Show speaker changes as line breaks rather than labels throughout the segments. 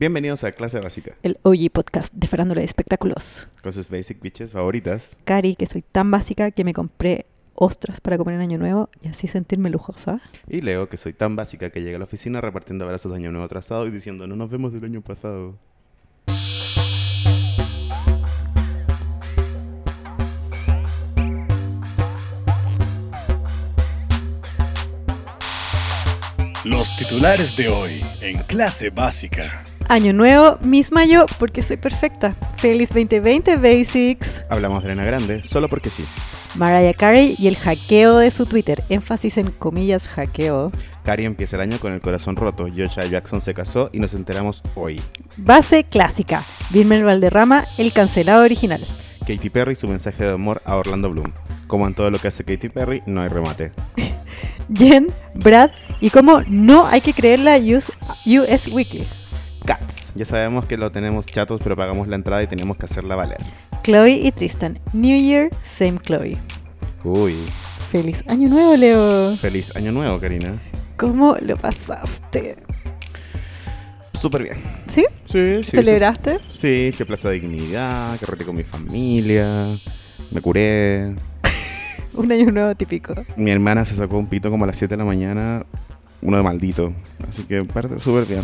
Bienvenidos a Clase Básica,
el OG podcast de farándula de espectáculos.
con sus basic bitches favoritas.
Cari, que soy tan básica que me compré ostras para comer en Año Nuevo y así sentirme lujosa.
Y Leo, que soy tan básica que llega a la oficina repartiendo abrazos de año nuevo atrasado y diciendo no nos vemos del año pasado.
Los titulares de hoy en clase básica.
Año Nuevo, misma yo, porque soy perfecta. Feliz 2020, Basics.
Hablamos de Elena Grande, solo porque sí.
Mariah Carey y el hackeo de su Twitter. Énfasis en comillas hackeo.
Cari empieza el año con el corazón roto, Joshua Jackson se casó y nos enteramos hoy.
Base clásica. Vilmer Valderrama, el cancelado original.
Katy Perry su mensaje de amor a Orlando Bloom. Como en todo lo que hace Katy Perry, no hay remate.
Jen, Brad y como no hay que creer la US, US Weekly.
Cats. Ya sabemos que lo tenemos chatos, pero pagamos la entrada y tenemos que hacerla valer.
Chloe y Tristan. New Year, same Chloe.
Uy,
Feliz Año Nuevo, Leo.
feliz año nuevo, Karina.
¿Cómo lo pasaste?
Súper bien.
¿Sí?
Sí, sí.
¿Celebraste?
Sí, que Plaza Dignidad, que reté con mi familia, me curé.
Un año nuevo típico.
Mi hermana se sacó un pito como a las 7 de la mañana, uno de maldito. Así que parte súper bien.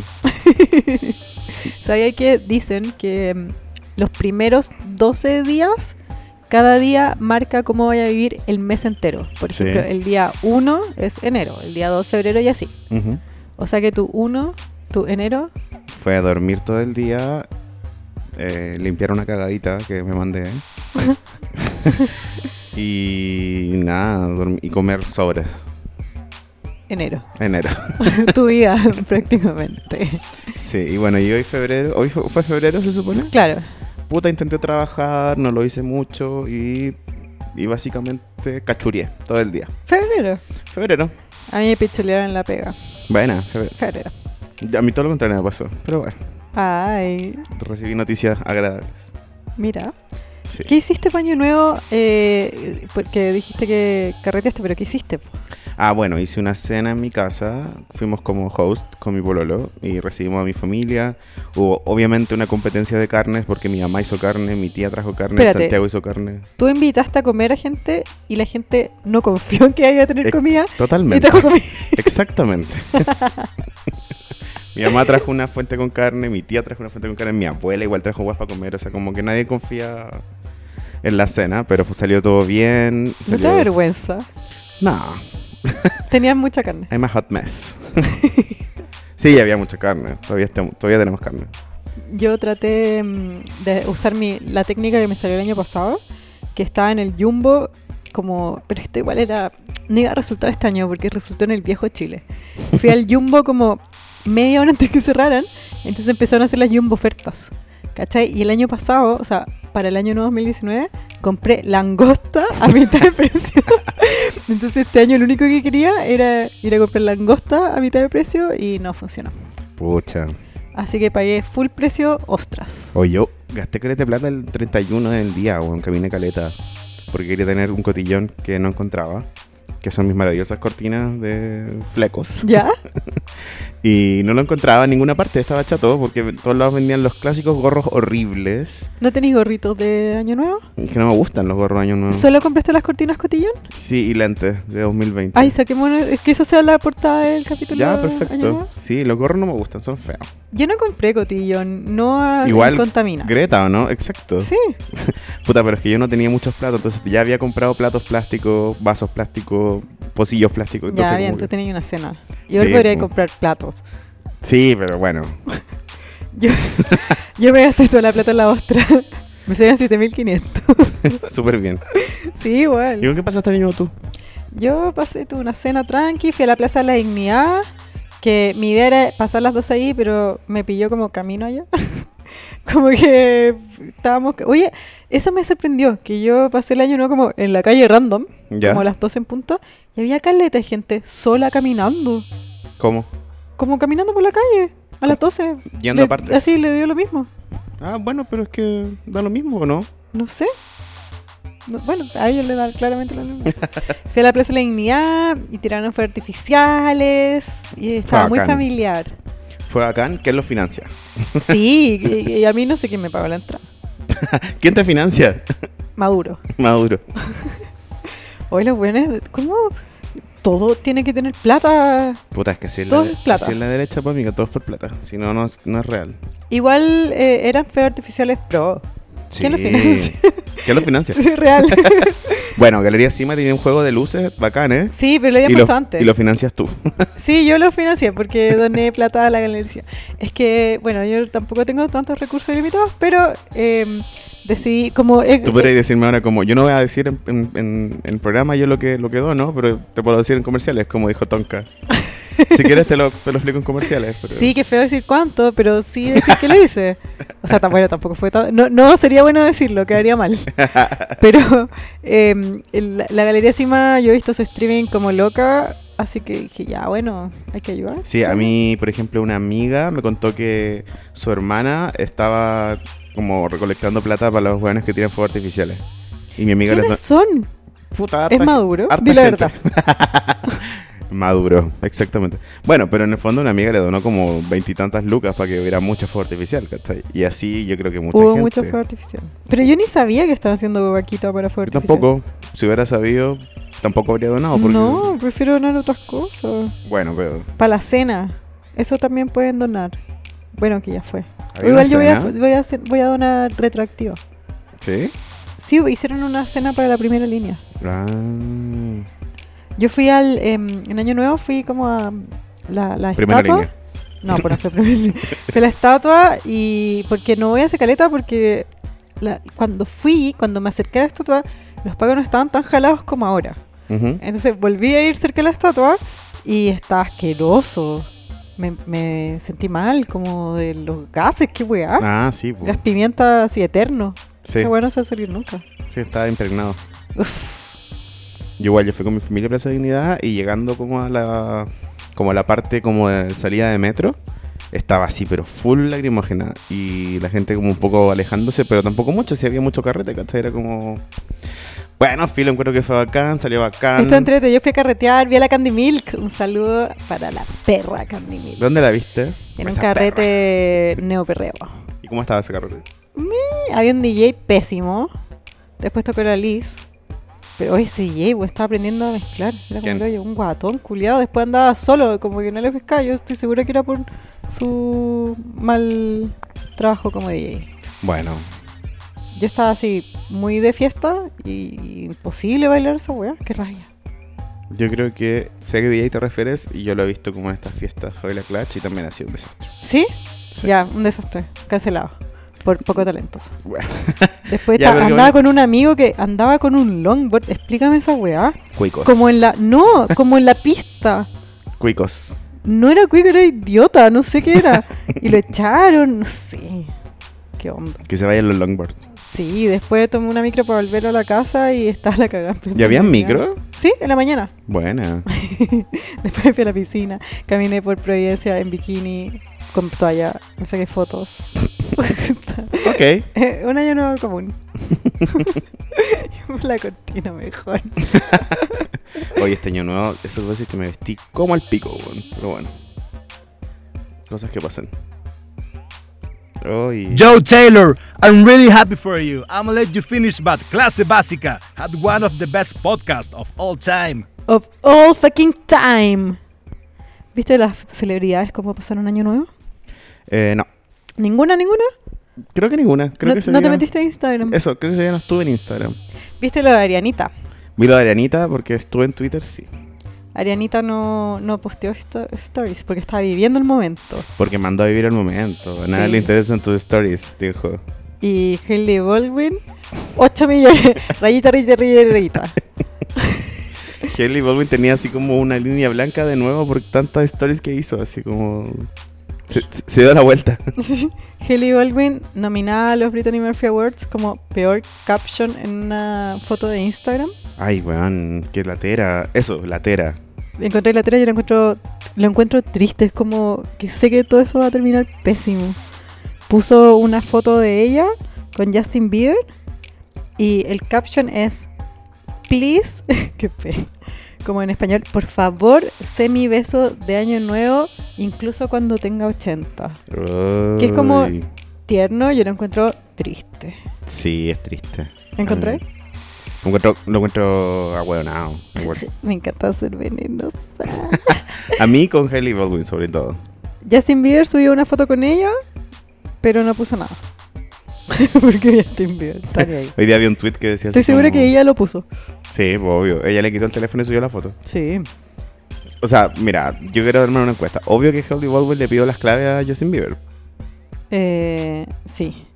¿Sabía que dicen que mm, los primeros 12 días, cada día marca cómo voy a vivir el mes entero? Por
Sí.
ejemplo, el día 1 es enero, el día 2 febrero y así.
Ujú.
O sea que tu 1, tu enero,
Fue a dormir todo el día, eh, limpiar una cagadita que me mandé. y nada, dorm- y comer sobres.
enero.
Enero.
tu día prácticamente.
Sí, y bueno, y hoy febrero, hoy fue fue febrero se supone.
Pues Claro.
Puta, intenté trabajar, no lo hice mucho y, y básicamente cachurié todo el día.
Febrero.
Febrero.
A mí me pichulearon la pega.
Buena, febrero.
Febrero.
A mí todo lo contrario me pasó. Pero bueno,
Ay,
recibí noticias agradables.
mira.
Sí.
¿Qué hiciste para Año Nuevo? Eh, porque dijiste que carreteaste, pero ¿qué hiciste? po?
Ah, bueno, hice una cena en mi casa. Fuimos como host con mi pololo y recibimos a mi familia. Hubo obviamente una competencia de carnes porque mi mamá hizo carne, mi tía trajo carne,
Espérate.
Santiago hizo carne.
Tú invitaste a comer a gente y la gente no confió en que iba a tener
Ex-
comida y
Totalmente.
trajo comida.
Exactamente. mi mamá trajo una fuente con carne, mi tía trajo una fuente con carne, mi abuela igual trajo guas para comer. O sea, como que nadie confía en la cena, pero fue- salió todo bien.
No te
salió-
da vergüenza.
No,
Tenían mucha carne.
I'm a hot mess. sí, había mucha carne. Todavía, estamos- todavía tenemos carne.
Yo traté mm, de usar mi, la técnica que me salió el año pasado, que estaba en el jumbo, como, pero esto igual era, no iba a resultar este año porque resultó en el viejo Chile. Fui al jumbo como media hora antes que cerraran, entonces empezaron a hacer las jumbo ofertas. ¿Cachai? Y el año pasado, o sea, para el año nuevo 2019, compré langosta a mitad de precio. Entonces este año lo único que quería era ir a comprar langosta a mitad de precio y no funcionó.
Pucha.
Así que pagué full precio ostras.
O yo gasté caleta de plata el 31 del día, o caminé caleta. Porque quería tener un cotillón que no encontraba. Que son mis maravillosas cortinas de flecos.
¿Ya?
Y no lo encontraba en ninguna parte, estaba chato, porque en todos lados vendían los clásicos gorros horribles.
¿No tenéis gorritos de año nuevo?
Es que no me gustan los gorros año nuevo.
¿Solo compraste las cortinas cotillón?
Mm. Sí, y lentes de 2020.
Ay, saquemos. una- Es que esa sea la portada del capítulo.
ya,
Año
perfecto.
Nuevo.
Sí, los gorros no me gustan, son feos.
Yo no compré cotillón, no a-
Igual,
contamina.
Greta, ¿o no? Exacto.
Sí,
Puta, pero es que yo no tenía muchos platos, entonces ya había comprado platos plásticos, vasos plásticos, pocillos plásticos. entonces
ya bien,
como que-
tú tenías una cena. Yo
Sí,
podría
po.
comprar platos.
Sí, pero bueno.
Yo, yo me gasté toda la plata en la ostra. Me salieron 7500.
Súper bien.
Sí, igual.
¿Y con qué pasaste niño tú?
Yo pasé tuve una cena tranqui, fui a la Plaza de la Dignidad, que mi idea era pasar las dos ahí, pero me pilló como camino allá. como que estábamos... Oye, eso me sorprendió, que yo pasé el año nuevo como en la calle random,
¿Ya?
como a las 12 en punto, y había caleta de gente sola caminando,
¿Cómo?
como caminando por la calle a las 12.
Yendo
Le-
a partes.
Así le dio lo mismo,
Ah, bueno, pero es que da lo mismo, ¿o no?
no sé. No- bueno, a ellos le dan claramente lo mismo. Fui a la Plaza de la Dignidad y tiraron fuegos artificiales y estaba muy
Bacán.
familiar.
fue bacán, ¿quién lo financia?
Sí, y, y a mí no sé quién me pagó la entrada.
¿Quién te financia?
Maduro.
Maduro.
Hoy los buenos, ¿cómo? Todo tiene que tener plata.
Puta, es que si es,
Todo
la,
es plata.
si es la derecha, pues amiga, todo es por plata. Si no, no, es- no es real.
Igual eh, eran feos artificiales pro. ¿Quién lo
Sí.
financia?
¿Quién lo financia?
Es real.
Bueno, Galería Cima tiene un juego de luces bacán, ¿eh?
Sí, pero lo
y,
había
lo,
puesto antes.
y lo financias tú.
Sí, yo lo financié porque doné plata a la galería. Es que, bueno, yo tampoco tengo tantos recursos limitados, pero eh, decidí, como... eh,
Tú podrías decirme ahora como, yo no voy a decir en, en, en- en programa yo lo que, lo que dono, pero te puedo decir en comerciales, como dijo Tonka. si quieres te lo, te lo explico en comerciales. pero-
eh, Sí, que feo decir cuánto, pero sí decir que lo hice. O sea, tan bueno tampoco fue tan... No, no sería bueno decirlo, quedaría mal. Pero eh, el- la Galería Cima, yo he visto su streaming como loca, así que dije, ya, bueno, hay que ayudar.
Sí, a mí, por ejemplo, una amiga me contó que su hermana estaba como recolectando plata para los jóvenes que tiran fuegos artificiales. Y mi amiga les
¿Quiénes
da-
son?
Puta, harta
¿Es
gen-
Maduro?
harta
Di la
gente.
verdad.
Maduro, exactamente. Bueno, pero en el fondo una amiga le donó como veintitantas lucas para que hubiera mucho fuego artificial, ¿cachai? Y así yo creo que mucha
Hubo
gente.
mucho fuego artificial. Pero yo ni sabía que estaba haciendo vaquita para fuego
Yo
artificial.
tampoco, si hubiera sabido, tampoco habría donado. Porque,
No, prefiero donar otras cosas.
Bueno, pero.
Para la cena. Eso también pueden donar. Bueno, que ya fue.
había
Igual
una
yo voy a,
cena,
voy, a hacer- voy a donar retroactivo.
¿Sí?
Sí, hicieron una cena para la primera línea.
Ah,
Yo fui al. em, en Año Nuevo fui como a. mm, La, la
primera
estatua.
línea.
No, pero no fue primera línea. Fue la estatua y. Porque no voy a hacer caleta porque. la- cuando fui, cuando me acerqué a la estatua, los pagos no estaban tan jalados como ahora.
Ujú.
Entonces volví a ir cerca de la estatua y está asqueroso. Me, me sentí mal, como de los gases, qué weá.
Ah, sí, pu.
Gas pimienta así eterno.
sí,
Esa weá no se va a salir nunca.
sí, estaba impregnado.
Uf.
Yo igual, yo fui con mi familia a Plaza Dignidad y llegando como a la, como a la parte como de salida de metro, estaba así, pero full lacrimógena y la gente como un poco alejándose, pero tampoco mucho, si había mucho carrete, ¿cachai? Era como... Bueno, filo, encuentro que fue bacán, salió bacán.
Esto entrete, yo fui a carretear, vi a la Candy Milk. Un saludo para la perra Candy Milk.
¿Dónde la viste?
En un
Esa perra.
carrete neoperreo.
¿Y cómo estaba ese carrete?
Eh, Había un DJ pésimo. Después tocó la Liz. Pero oye, ese DJ, güey, estaba aprendiendo a mezclar. Era como
¿Quién?
el hoyo, un guatón culiado. Después andaba solo, como que no le pescaba. Yo estoy segura que era por su mal trabajo como DJ.
Bueno,
Yo estaba así, muy de fiesta y imposible bailar esa weá. Qué raya.
yo creo que sé que DJ te refieres y yo lo he visto como en estas fiestas, fue la Clutch y también ha sido un desastre.
¿Sí?
Sí.
Ya, un desastre. Cancelado. Por poco talentoso.
Bueno.
Después
Ya,
ta-
pero qué
andaba
bueno.
con un amigo que andaba con un longboard. Explícame esa weá.
Cuicos.
Como en la. No, como en la pista.
Cuicos.
No era cuico, era idiota. No sé qué era. Y lo echaron. No sé. Qué onda.
Que se vayan los longboard.
Sí, después tomé una micro para volver a la casa y estaba la cagada.
¿Ya habían micro?
Sí, en la mañana.
Buena.
Después fui a la piscina. Caminé por Providencia en bikini. Con toalla. Me saqué fotos.
Ok.
Eh, un año nuevo común. la cortina mejor.
Hoy este año nuevo, esas veces que me vestí como el pico, weón. Pero bueno. Cosas que pasan. Hoy.
Joe Taylor, I'm really happy for you. I'm gonna let you finish, but Clase Básica had one of the best podcasts of all time.
Of all fucking time. ¿Viste las celebridades cómo pasaron año nuevo?
Eh, no.
¿Ninguna, ninguna?
Creo que ninguna. Creo
¿No,
que ese
no te
día-
metiste a Instagram?
Eso, creo que ese día no estuve en Instagram.
¿Viste lo de Arianita?
Vi lo de Arianita porque estuve en Twitter, sí.
Arianita no, no posteó esto- stories porque estaba viviendo el momento.
Porque mandó a vivir el momento. A nadie
Sí.
le interesan tus stories, dijo.
Y Hailey Baldwin, 8 millones. rayita, rayita, rayita, rayita.
Hailey Baldwin tenía así como una línea blanca de nuevo por tantas stories que hizo. Así como. Se, se- se dio la vuelta.
Hailey Baldwin nominada a los Brittany Murphy Awards como peor caption en una foto de Instagram.
Ay, weón, qué latera. Eso, latera.
Encontré la tela y lo encuentro, lo encuentro triste. Es como que sé que todo eso va a terminar pésimo. Puso una foto de ella con Justin Bieber y el caption es Please, qué pena. como en español, por favor, sé mi beso de año nuevo, incluso cuando tenga 80. Que es como-
Uy.
Tierno, yo lo encuentro triste.
Sí, es triste.
¿Encontré?
También. Lo encuentro, lo encuentro ahueonado. Lo encuentro-
Me encanta ser venenosa.
A mí con Hailey Baldwin, sobre todo.
Justin Bieber subió una foto con ella, pero no puso nada. Porque Justin Bieber estaría ahí.
Hoy día vi un tweet que decía... así
Estoy segura
como-
que ella lo puso.
Sí, pues, obvio. Ella le quitó el teléfono y subió la foto.
Sí.
O sea, mira, yo quiero darme una encuesta. Obvio que Hailey Baldwin le pidió las claves a Justin Bieber.
Eh, sí,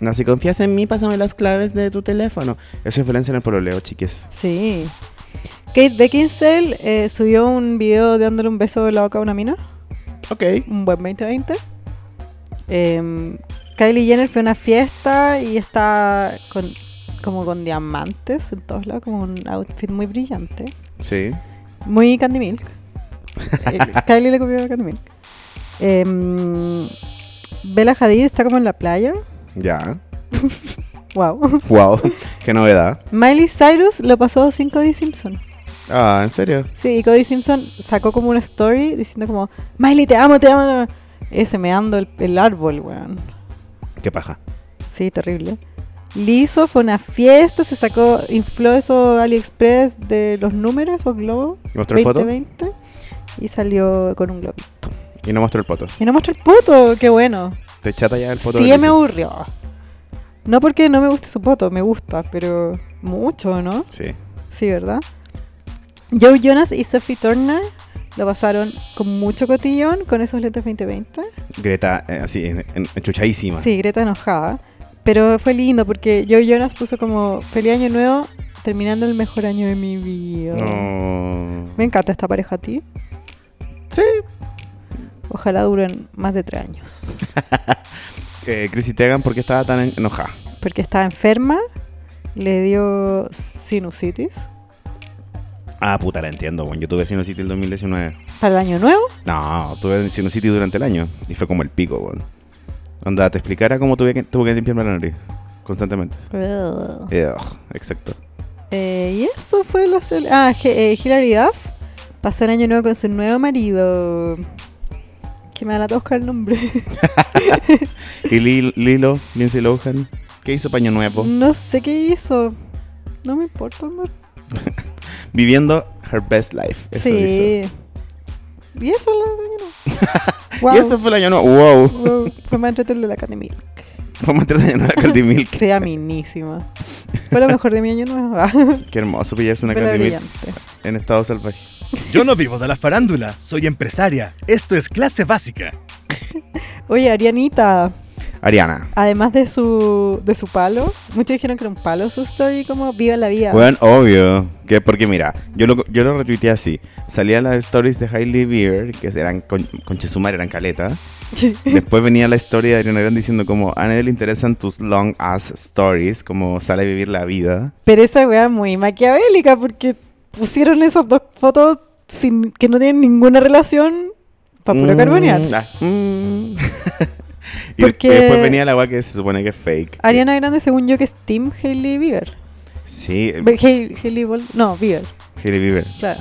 No, si confías en mí, pásame las claves de tu teléfono. Eso influencia en el pololeo, chiques.
sí. Kate Beckinsale eh, subió un video dándole un beso en la boca a una mina.
Ok.
un buen 2020. Em, Kylie Jenner fue a una fiesta y está con, como con diamantes en todos lados, como un outfit muy brillante.
Sí.
Muy Candy Milk. Eh, Kylie le copió a Candy Milk. Em, Bella Hadid está como en la playa.
Ya.
Wow.
Wow. Qué novedad.
Miley Cyrus lo pasó sin Cody Simpson.
Ah, ¿en serio?
Sí, y Cody Simpson sacó como una story diciendo como, Miley, te amo, te amo, te amo. Ese meando el, el árbol, weón.
Qué paja.
Sí, terrible. Liso fue una fiesta, se sacó, infló eso AliExpress de los números o globos
¿Mostró el poto?
2020 y salió con un globo.
Y no mostró el poto.
Y no muestra el puto, qué bueno.
Te chata ya el poto.
Sí,
de Lucy.
me aburrió. No porque no me guste su poto, me gusta, pero mucho, ¿no?
Sí.
Sí, ¿verdad? Joe Jonas y Sophie Turner lo pasaron con mucho cotillón con esos lentes 2020.
Greta, eh, así, en- en- enchuchadísima.
Sí, Greta enojada. Pero fue lindo porque Joe Jonas puso como feliz año nuevo, terminando el mejor año de mi vida.
No.
Me encanta esta pareja a ti.
Sí.
Ojalá duren más de tres años.
Eh, Chrissy Teigen, ¿por qué estaba tan en- enojada?
Porque estaba enferma, le dio sinusitis
Ah, puta, la entiendo, bueno. Yo tuve sinusitis el 2019.
para el año nuevo.
No, tuve sinusitis durante el año. Y fue como el pico, bueno. Onda, te explicara cómo tuve que, tuve que limpiarme la nariz. Constantemente.
Ugh.
Ugh, exacto.
Eh, y eso fue la cel- Ah, He- eh, Hilary Duff pasó el año nuevo con su nuevo marido. Que me van a buscar el nombre.
Y Lil- Lilo, Lindsay Lohan, ¿qué hizo Paño Nuevo?
No sé qué hizo. No me importa, amor.
Viviendo her best life. Eso hizo.
sí. Y eso el año nuevo. wow.
Y eso fue el año nuevo. Wow.
Wow. Fue más entretenido el de la Academy.
Vamos a entrar de nuevo a Candy Milk.
Sea minísima. Fue lo mejor de mi año nuevo.
Qué hermoso pillarse una
Fue la
Candy Milk
brillante.
en estado salvaje.
Yo no vivo de la farándula, soy empresaria. Esto es clase básica.
Oye, Arianita,
Ariana.
además de su, de su palo, muchos dijeron que era un palo su story, como viva la vida.
Bueno, obvio. Que porque mira, yo lo, yo lo retuiteé así. Salían las stories de Hailey Bieber, que eran con, con Chesumar, eran caleta. Después venía la historia de Ariana Grande diciendo como a nadie le interesan tus long ass stories, como sale a vivir la vida.
Pero esa wea es muy maquiavélica porque pusieron esas dos fotos sin, que no tienen ninguna relación para puro
Mm,
carbonear.
ah, mm. y
Porque-
después venía la agua que se supone que es fake.
Ariana Grande, según yo, que es Team Hailey Bieber.
Sí,
Be- Hail- Hailey Bol- no, Bieber,
Hailey Bieber.
claro.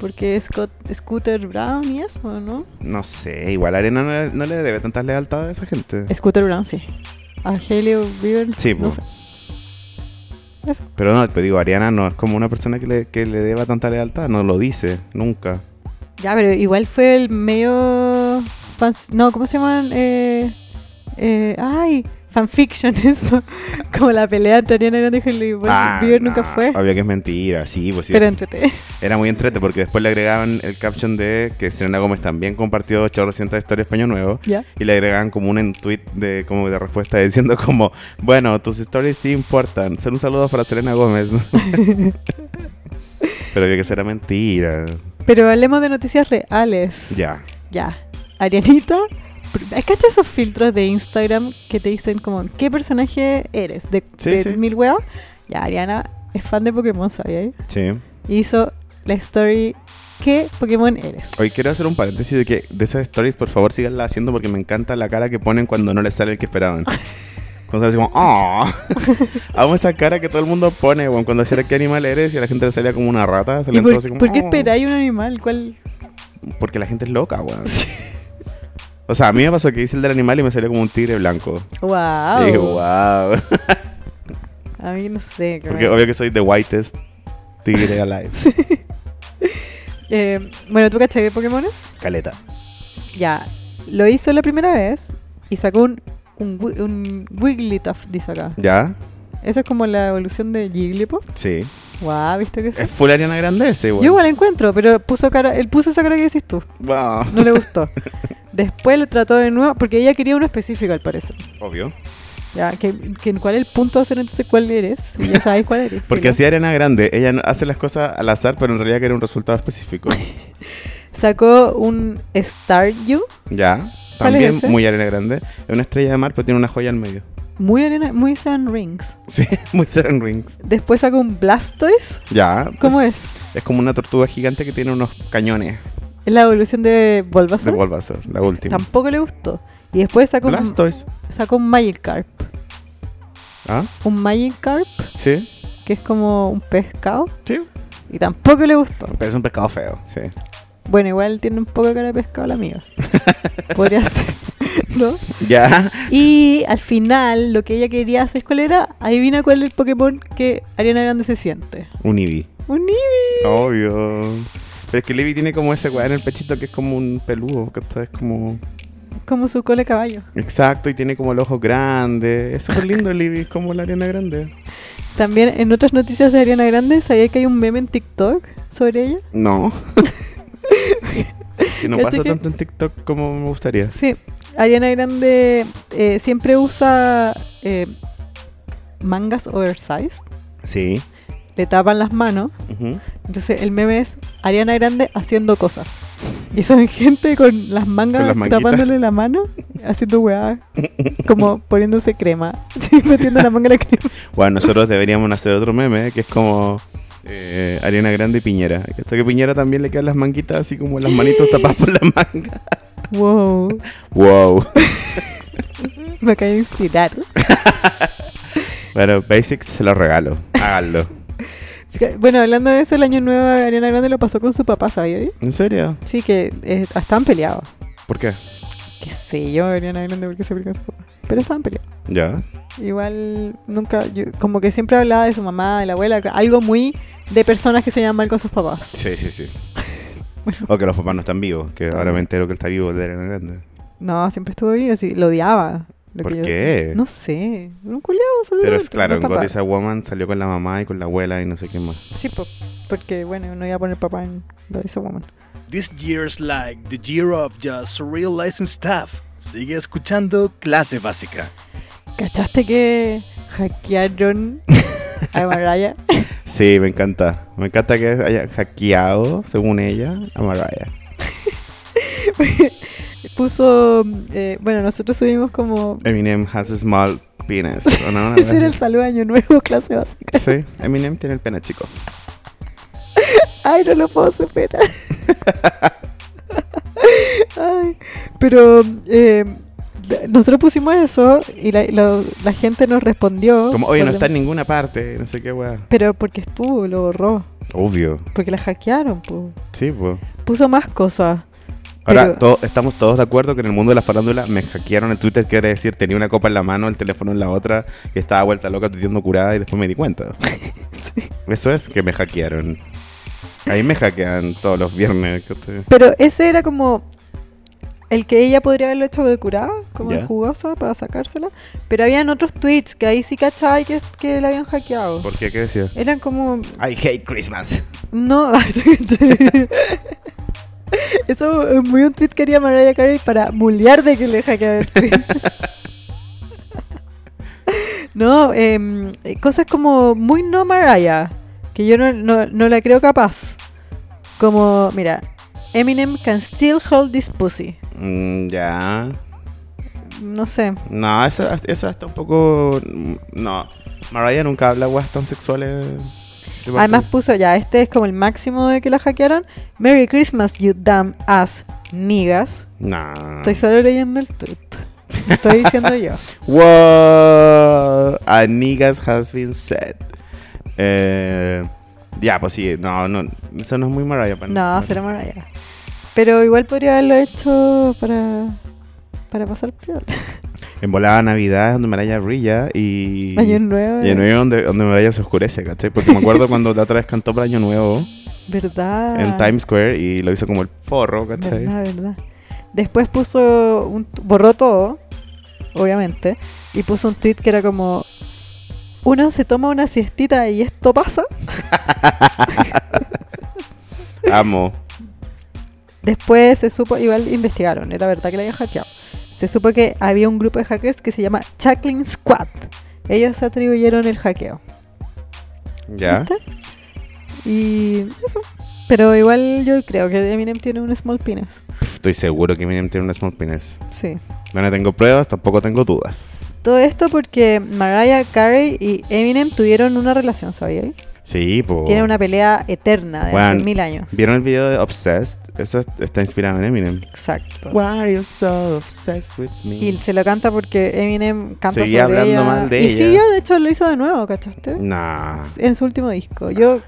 Porque Scott, Scooter Brown y eso, ¿no?
No sé, igual Arena no, le- no le debe tantas lealtades a esa gente.
Scooter Brown, sí. A Hailey Bieber.
Sí,
no
pues.
sé. Eso.
Pero no, te digo, Ariana no es como una persona que le, que le deba tanta lealtad, no lo dice, nunca.
Ya, pero igual fue el medio. fans- no, ¿cómo se llaman? Eh, eh, ay, fanfiction, eso. Como la pelea entre Ariana Grande y Hailey Bieber.
Ah,
Bieber
no,
nunca fue.
Obvio que es mentira, sí, pues sí.
Pero entrete.
Era muy entrete porque después le agregaban el caption de que Selena Gómez también compartió 800 historias Paño Nuevo.
Ya.
Y le agregaban como un en tweet de, como de respuesta diciendo como, bueno, tus stories sí importan. Ser un saludo para Selena Gómez. Pero vio que será mentira.
Pero hablemos de noticias reales.
Ya.
Ya. Arianita. pr- ¿Cachai esos filtros de Instagram que te dicen como qué personaje eres? De,
Sí,
de
sí.
mil huevos. Ya, Ariana es fan de Pokémon, ¿sabía?
Sí.
Y hizo la story ¿Qué Pokémon eres?
Hoy quiero hacer un paréntesis de que de esas stories, por favor, síganla haciendo porque me encanta la cara que ponen cuando no les sale el que esperaban. Entonces así como, ¡ah! Hago esa cara que todo el mundo pone, weón, cuando decía qué animal eres y a la gente le salía como una rata.
¿Y
Salían todos así
por,
como,
por qué
"Oh".
esperáis un animal? ¿Cuál?
Porque la gente es loca, weón. O sea, a mí me pasó que hice el del animal y me salió como un tigre blanco.
¡Wow!
Y dije, wow.
A mí no sé. qué
Porque
me-
obvio que soy the whitest tigre alive.
Eh, bueno, ¿tú cachai de Pokémones?
Caleta.
Ya. Lo hizo la primera vez y sacó un, un, wi- un Wigglytuff, dice acá.
¿Ya?
Eso es como la evolución de Jigglypuff.
Sí.
¡Wow! ¿Viste que sí?
Es full Ariana Grande ese,
Yo
weón.
igual la encuentro, pero puso cara, él puso esa cara que decís tú.
Wow.
No le gustó. Después lo trató de nuevo, porque ella quería uno específico al parecer.
Obvio.
Ya, que, que cuál es el punto de hacer entonces cuál eres. Y ya sabéis cuál eres.
Porque
filo.
así Ariana Grande, ella no- hace las cosas al azar, pero en realidad quiere un resultado específico.
Sacó un Stardew,
¿Ya?
¿Cuál es
También
ese?
muy Ariana Grande. Es una estrella de mar, pero tiene una joya en medio.
muy arena, muy Sun Rings.
Sí, muy Seven Rings.
Después sacó un Blastoise.
Ya.
¿Cómo
es?
es?
Es como una tortuga gigante que tiene unos cañones
Es la evolución de
de
Bulbasaur.
Bulbasaur, la última.
Tampoco le gustó. Y después sacó un,
Blastoise.
sacó un Magikarp.
¿Ah?
Un Magikarp,
Sí.
que es como un pescado.
Sí.
Y tampoco le gustó.
Pero es un pescado feo. Sí.
Bueno, igual tiene un poco de cara de pescado la amiga. Podría ser. ¿No?
Ya.
Y al final, lo que ella quería hacer, ¿cuál era? Adivina cuál es el Pokémon que Ariana Grande se siente.
Un Eevee.
Un Eevee.
Obvio. Pero es que el Eevee tiene como ese weá en el pechito que es como un peludo, que está- es como...
Como su cola de caballo.
Exacto, y tiene como los ojos grandes. Es súper lindo el Eevee, es como la arena grande.
También en otras noticias de Ariana Grande, ¿sabía que hay un meme en TikTok sobre ella?
No. que no
Cacha
pasa
que-
tanto en TikTok como me gustaría.
Sí, Ariana Grande eh, siempre usa eh, mangas oversized,
Sí.
le tapan las manos.
Ujú.
Entonces el meme es Ariana Grande haciendo cosas. Y son gente con las mangas
Con las manguitas.
tapándole la mano, haciendo weá, como poniéndose crema, metiendo la manga en la crema.
Bueno, nosotros deberíamos hacer otro meme, que es como eh, Ariana Grande y Piñera. Que Hasta que Piñera también le quedan las manguitas así como las manitos tapadas por la manga.
Wow,
Wow.
me acabo de inspirar.
Bueno, Basics se los regalo. Háganlo.
Bueno, hablando de eso, el año nuevo Ariana Grande lo pasó con su papá, ¿sabía?
¿En serio?
Sí, que eh, estaban peleados.
¿Por qué?
Qué sé yo, Ariana Grande, porque se peleó con su papá. Pero estaban peleados.
Ya.
Igual nunca, yo- como que siempre hablaba de su mamá, de la abuela, algo muy de personas que se llevan mal con sus papás.
Sí, sí, sí. O que los papás no están vivos, que ahora me entero que él está vivo, el de Ariana Grande.
No, siempre estuvo vivo, sí, lo odiaba. Lo
¿Por
que yo-
qué?
no sé, era un culiado
Pero es claro, en
no
God
papá.
is a Woman salió con la mamá y con la abuela y no sé qué más.
Sí, po- porque bueno, no iba a poner papá en God is a Woman.
This year's like the year of just realizing stuff. Sigue escuchando Clase Básica.
¿Cachaste que hackearon a Mariah?
Sí, me encanta. Me encanta que haya hackeado, según ella, a Mariah.
Puso, eh, bueno, nosotros subimos como...
Eminem has a small penis. ¿o no?
Ese era el saludo de año nuevo, clase básica.
Sí, Eminem tiene el pene chico.
Ay, no lo puedo superar. Ay, pero eh, nosotros pusimos eso y la, lo- la gente nos respondió.
Como, oye, no
Por lo-
está en ninguna parte, no sé qué weá.
Pero porque estuvo, lo borró.
Obvio.
Porque la hackearon, po.
Sí, pues.
Puso más cosas.
Ahora,
Pero-
to- estamos todos de acuerdo que en el mundo de la farándula me hackearon en Twitter, quiere decir, tenía una copa en la mano, el teléfono en la otra, y estaba vuelta loca tuiteando curada y después me di cuenta. Eso es que me hackearon. Ahí me hackean todos los viernes. que estoy-
Pero ese era como el que ella podría haberlo hecho de curada, como
Ya.
de jugosa para sacársela. Pero habían otros tweets que ahí sí cachai que, que la habían hackeado.
¿Por qué? ¿Qué decía?
Eran como
I hate Christmas.
No, eso es muy un tweet que haría Mariah Carey para mulear de que le hackearon el tweet. no, em, cosas como muy no Mariah, que yo no, no, no la creo capaz. Como, mira, Eminem can still hold this pussy.
Mm, ya.
No sé,
No, eso, eso está un poco. No. Mariah nunca habla weas tan sexuales. de parte-
Además puso ya, este es como el máximo de que la hackearon. Merry Christmas, you damn ass niggas.
Nah. Ah.
Estoy solo leyendo el tweet. Lo estoy diciendo yo.
Wow, a niggas has been said. Eh, ya, pues sí, no, no, eso no es muy Mariah para
No, será Mariah. Pero igual podría haberlo hecho para, para pasar peor.
En volada Navidad es donde Mariah brilla y...
Año nuevo.
Y en Nuevo donde, donde Mariah se oscurece, ¿cachai? Porque me acuerdo cuando la otra vez cantó para Año Nuevo
¿Verdad?
en Times Square y lo hizo como el forro, ¿cachai?
Ah. Verdad, verdad. Después puso un t- borró todo, obviamente, y puso un tweet que era como uno se toma una siestita y esto pasa.
Amo.
Después se supo, igual investigaron, era verdad que la habían hackeado. Se supo que había un grupo de hackers que se llama Chuckling Squad. Ellos se atribuyeron el hackeo.
¿Ya?
¿Viste? Y eso. Pero igual yo creo que Eminem tiene un small penis.
Estoy seguro que Eminem tiene una small penis.
Sí.
No le tengo pruebas, tampoco tengo dudas.
Todo esto porque Mariah Carey y Eminem tuvieron una relación, ¿sabíais?
Sí, pues...
Tienen una pelea eterna de hace
Bueno,
mil años.
¿Vieron el video de Obsessed? Eso es- está inspirado en Eminem.
Exacto.
Why are you so obsessed with me?
Y se lo canta porque Eminem canta
Seguía
sobre
hablando
ella.
mal de
y
ella.
siguió, de hecho, lo hizo de nuevo, ¿cachaste?
Nah.
En su último disco. Yo...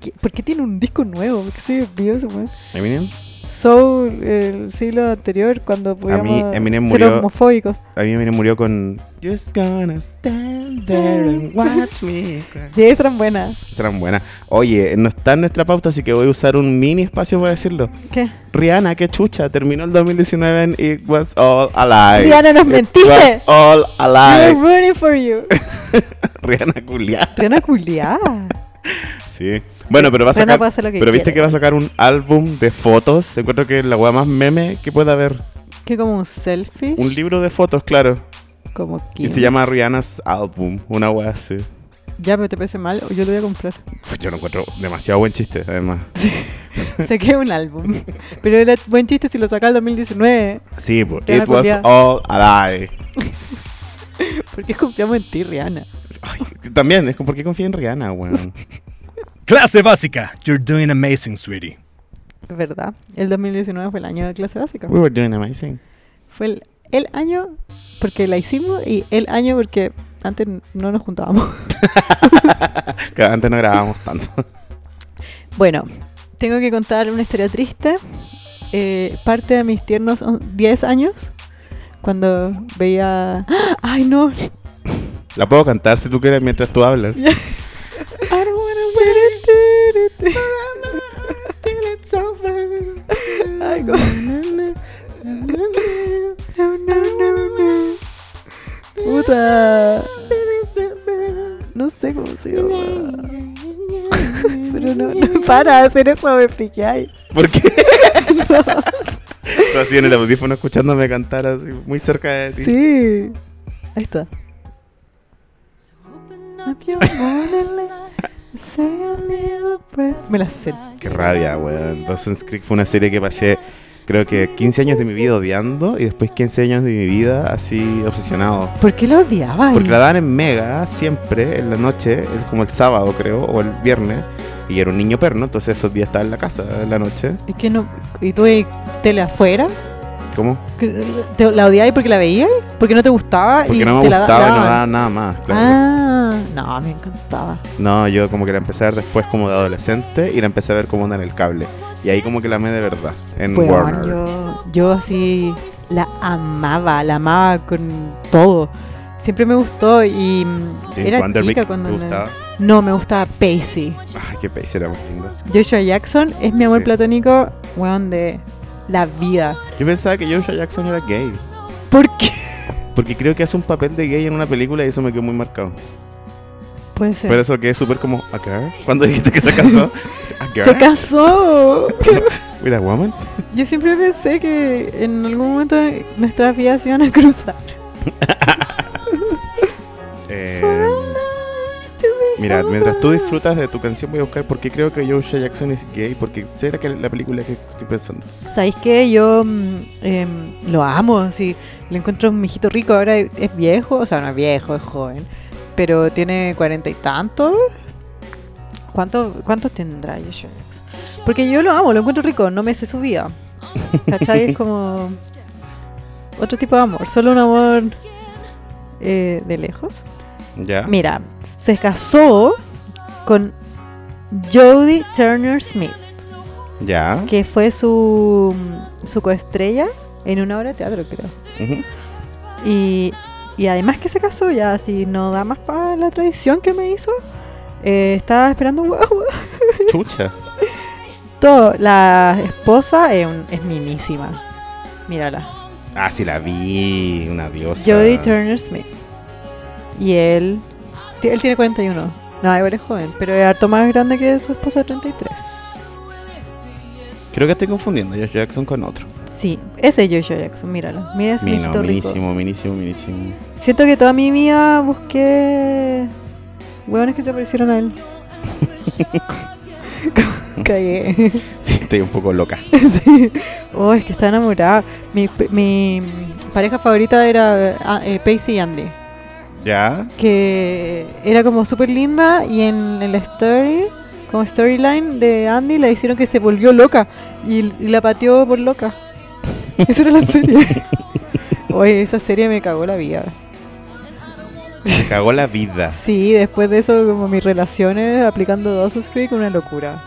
¿qué- ¿Por qué tiene un disco nuevo? ¿Por qué se desvió ese weón?
Eminem.
Soul, el siglo anterior, cuando podíamos
Eminem
ser
murió-
homofóbicos.
A mí Eminem murió con Just gonna stand there and watch me. cry.
De esas eran buenas.
Serán buenas. Oye, no está en nuestra pauta, así que voy a usar un mini espacio para decirlo.
¿Qué?
Rihanna, qué chucha, terminó el 2019 en It Was All Alive.
Rihanna, nos mentiste.
It was all
We're
alive.
rooting for you.
Rihanna culiá.
Rihanna culiada.
Sí. Bueno, pero va a
Rihanna
sacar.
puede hacer lo que
Pero viste
quiere.
que va a sacar un álbum de fotos. Encuentro que es la weá más meme que pueda haber.
Que como un selfie.
Un libro de fotos, claro.
Como
Y
Kim.
se llama Rihanna's Album, una weá así.
Ya, pero te parece mal, yo lo voy a comprar.
Uf, Yo lo encuentro demasiado buen chiste, además.
Saqué un álbum. Pero era buen chiste si lo sacaba el 2019.
Sí, po.
Rihanna
It was
culiá.
all alive.
¿Por qué confiamos en ti, Rihanna?
Ay, también, es como, ¿por qué confía en Rihanna, weón?
Clase básica. You're doing amazing, sweetie.
Es verdad. El 2019 fue el año de clase básica.
We were doing amazing.
Fue el, el año porque la hicimos y el año porque antes no nos juntábamos.
Que antes no grabábamos tanto.
Bueno, tengo que contar una historia triste. Eh, parte de mis tiernos on- 10 años, cuando veía... ¡Ah! ¡Ay, no!
La puedo cantar si tú quieres mientras tú hablas.
Ya. I don't wanna wait it. Ay, go- No, no, no, no. Puta. No sé cómo se llama. Pero no, no para de hacer eso, me friqueáis.
¿Por qué? Tú así en el audífono escuchándome cantar así, muy cerca de ti.
Sí. Ahí está. Me la sé.
Qué rabia, weón. Dawson's Creek fue una serie que pasé, creo que 15 años de mi vida odiando y después 15 años de mi vida así obsesionado.
¿Por qué la odiaba?
Porque la daban en Mega siempre, en la noche, es como el sábado creo, o el viernes, y era un niño perno, entonces esos días estaba en la casa en la noche.
Es que no. ¿Y tú eh, tele afuera?
¿Cómo?
¿Te, ¿La odiabas porque la veías? ¿Porque no te gustaba? y
Porque no me
te la da-
gustaba y no
daban?
daba nada más. claro.
Ah, no, me encantaba.
No, yo como que la empecé a ver después como de adolescente y la empecé a ver como onda en el cable. Y ahí como que la amé de verdad, en
Weón,
Warner.
yo, yo así la amaba, la amaba con todo. Siempre me gustó y mm,
James
era
Van Der Beek,
chica cuando
¿te
la-
gustaba?
No, me gustaba Pacey.
Ay, qué país era más lindo.
Joshua Jackson es mi amor
Sí.
platónico, weón, de la vida.
Yo pensaba que Joshua Jackson era gay.
¿Por qué?
Porque creo que hace un papel de gay en una película y eso me quedó muy marcado.
Puede ser.
Pero eso que es súper como, ¿a girl? Cuando dijiste que se casó, ¿a
¡Se
girl?
casó!
¿With a woman?
Yo siempre pensé que en algún momento nuestras vidas se iban a cruzar.
Eh,
Nice to be
mira, mientras tú
alive.
disfrutas de tu canción, voy a buscar por qué creo que Joshua Jackson es gay. Porque será que la película que estoy pensando.
¿Sabéis qué? Yo mm, em, lo amo, sí. Lo encuentro un mijito rico, ahora es viejo, o sea, no es viejo, es joven, pero tiene cuarenta y tantos. ¿Cuánto- ¿Cuántos tendrá Joshua Jackson? Porque yo lo amo, lo encuentro rico, no me sé su vida. ¿Cachai? Es como... otro tipo de amor, solo un amor eh, de lejos.
Ya.
Mira, se casó con Jodie Turner Smith,
Ya.
que fue su, su coestrella en una obra de teatro, creo.
Ujú.
Y, y además que se casó, ya si no da más para la tradición que me hizo, eh, estaba esperando un huevo.
Chucha.
Todo, la esposa es, un- es minísima. Mírala.
Ah, sí, la vi. Una diosa.
Jodie Turner Smith. Y él. ti- Él tiene 41. No, igual es joven, pero es harto más grande que su esposa de 33.
Creo que estoy confundiendo a Josh Jackson con otro.
Sí, ese es Joshua Jackson, mírala. Mira ese
Mino,
mijito rico.
minísimo, minísimo, minísimo.
Siento que toda mi vida busqué hueones que se parecieron a él. Cagué.
Sí, estoy un poco loca.
Sí. Oh, es que está enamorada. Mi, mi pareja favorita era ah, eh, Pacey y Andy.
Ya.
Que era como súper linda y en el story, como storyline de Andy, la hicieron que se volvió loca y, y la pateó por loca. Esa era la serie. Oye, esa serie me cagó la vida.
Me cagó la vida.
Sí, después de eso, como mis relaciones aplicando Dawson's Creek, una locura.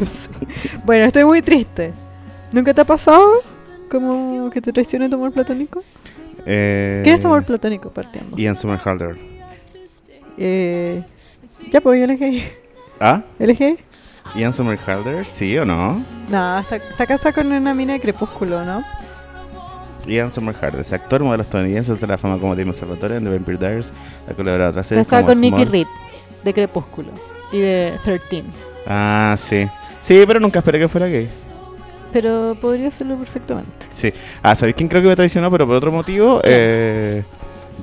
bueno, estoy muy triste. ¿Nunca te ha pasado como que te traicione tu amor platónico?
Eh,
¿Qué es tu amor platónico partiendo?
Ian Somerhalder.
Eh, ya, pues yo elegí.
¿Ah?
¿Elegí?
¿Ian Somerhalder? ¿Sí o no?
No, está, está casada con una mina de crepúsculo, ¿no?
Ian Somerhalder es actor, modelo estadounidense, de la fama como Damon Salvatore en The Vampire Diaries, ha colaborado en otras series
Casada
como
con Nicky
Small-
Reed, de crepúsculo. Y de 13.
Ah, sí. Sí, pero nunca esperé que fuera gay.
Pero podría hacerlo perfectamente.
Sí. Ah, ¿sabéis quién creo que me traicionó? Pero por otro motivo, eh,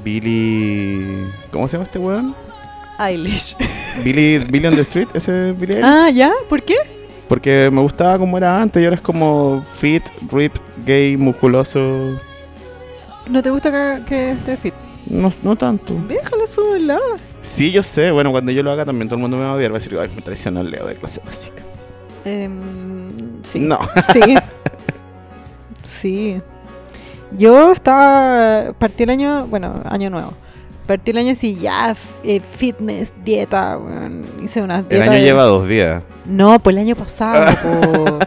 Billy... ¿Cómo se llama este weón?
Eilish.
Billy, Billy on the Street, ese Billy Eilish.
ah, ¿ya? ¿Por qué?
Porque me gustaba como era antes y ahora es como fit, rip, gay, musculoso.
¿No te gusta que, que esté fit?
No, no tanto.
Déjalo sola.
Sí, yo sé. Bueno, cuando yo lo haga también todo el mundo me va a odiar. Va a decir, ay, me traicionó el Leo de clase básica.
Em, sí.
No.
Sí. sí. Yo estaba. Partí el año. Bueno, año nuevo. Partí el año así, ya, f- eh, fitness, dieta, weón. Hice una
El
dieta.
año
de-
lleva dos días.
No, pues el año pasado, po.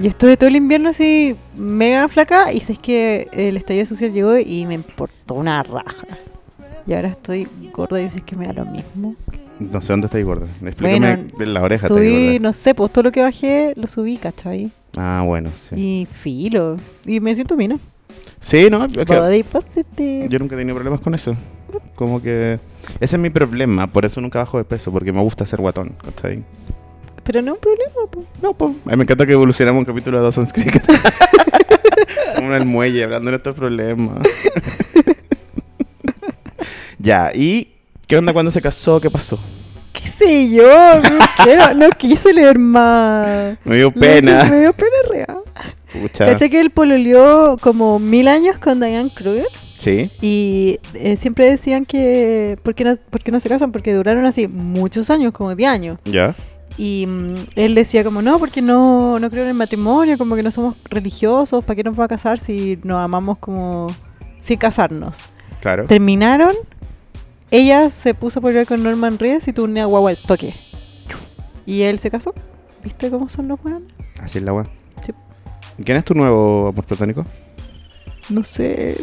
Yo estuve todo el invierno así, mega flaca, y sé que el estallido social llegó y me importó una raja. Y ahora estoy gorda y sé que me da lo mismo.
No sé dónde estáis gorda. Explícame
Bueno,
de la oreja. estáis
subí,
gorda.
no sé, pues todo lo que bajé lo subí, ¿cachai?
Ah, bueno, sí.
Y filo. Y me siento mina.
Sí, no, es que
Body positive.
yo nunca he tenido problemas con eso. Como que ese es mi problema, por eso nunca bajo de peso, porque me gusta ser guatón, ¿cachai?
Pero no es un problema, po.
No, pues, a mí me encanta que evolucionamos un capítulo de Dawson's Creek. Como en el muelle, hablando de nuestros problemas. ya, ¿y qué onda cuando se casó? ¿Qué pasó?
¿Qué sé yo? No, quiero- no quise leer más.
Me dio
Lo que
pena.
Me dio pena real.
Pucha.
Caché que él pololeó como mil años con Diane Kruger
Sí,
y eh, siempre decían que. ¿por qué, no, por qué no se casan? Porque duraron así muchos años, como 10 años.
ya.
Y mm, él decía como, no, porque no, no creo en el matrimonio, como que no somos religiosos, ¿para qué nos va a casar si nos amamos como sin casarnos?
Claro.
Terminaron, ella se puso a pelear con Norman Reedus y tuvo una guagua al toque. Y él se casó. ¿Viste cómo son los weones?
Así es la weá.
Sí.
¿Quién es tu nuevo amor platónico?
No sé.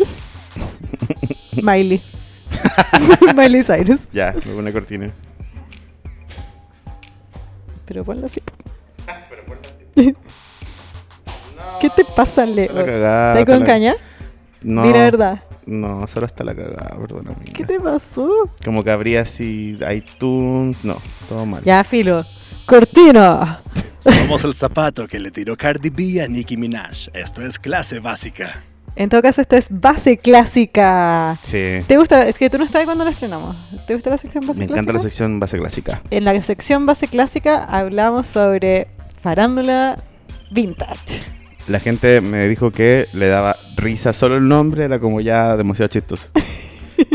Miley. Miley Cyrus.
Ya, me pone cortina.
Pero ponla así. ¿Qué te pasa, Leo?
Está la cagada.
¿Estás
está
Eh, con
la-
caña?
No,
Di la verdad.
No, solo está la cagada, perdóname.
¿Qué te pasó?
Como que habría así iTunes. No, todo mal.
Ya, filo. Cortina.
Somos el zapato que le tiró Cardi B a Nicki Minaj. Esto es clase básica.
En todo caso, esta es base clásica.
Sí.
¿Te gusta? Es que tú no estabas cuando la estrenamos. ¿Te gusta la sección base
Me
clásica?
encanta la sección base clásica.
En la sección base clásica hablamos sobre farándula vintage.
La gente me dijo que le daba risa solo el nombre, era como ya demasiado chistoso.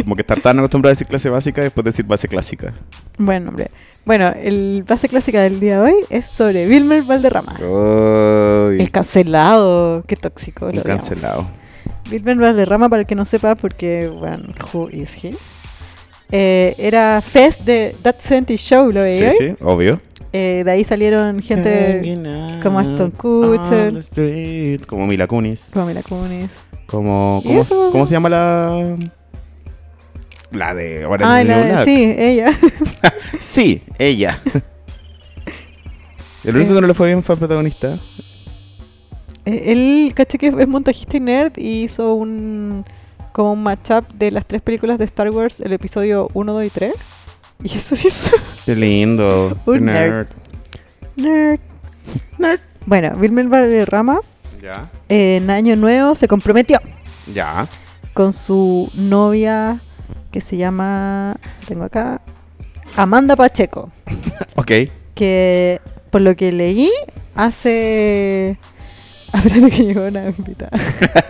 Como que estar tan acostumbrado a decir clase básica y después decir base clásica.
Buen nombre. Bueno, el base clásica del día de hoy es sobre Ah. Wilmer Valderrama.
Uy,
El cancelado. Qué tóxico.
un
lo odiamos.
cancelado.
Vilben Valderrama, para el que no sepa, porque, bueno, who is he? Eh, era Fest de That 70 Show, ¿lo
Sí,
veía?
sí, obvio.
Eh, de ahí salieron gente como Aston Kutcher.
ah, On the street, Como Mila Kunis.
Pamela Kunis.
Como,
¿Y
¿cómo,
eso?
cómo se llama la...? La de Orange
Ah,
is the
la
New Black.
de, sí, ella.
Sí, ella. El único
Eh.
que no le fue bien fue el protagonista.
Eh, Él, caché que es montajista y nerd y hizo un como un matchup de las tres películas de Star Wars, el episodio 1, 2 y 3. Y eso hizo
Qué lindo. qué
Un nerd. nerd. Nerd. Bueno, Vilmel Valderrama
Ya,
eh, en Año Nuevo se comprometió
ya.
con su novia que se llama, tengo acá, Amanda Pacheco,
Ok.
que por lo que leí hace... Ah, Espérate que llegó una invitada.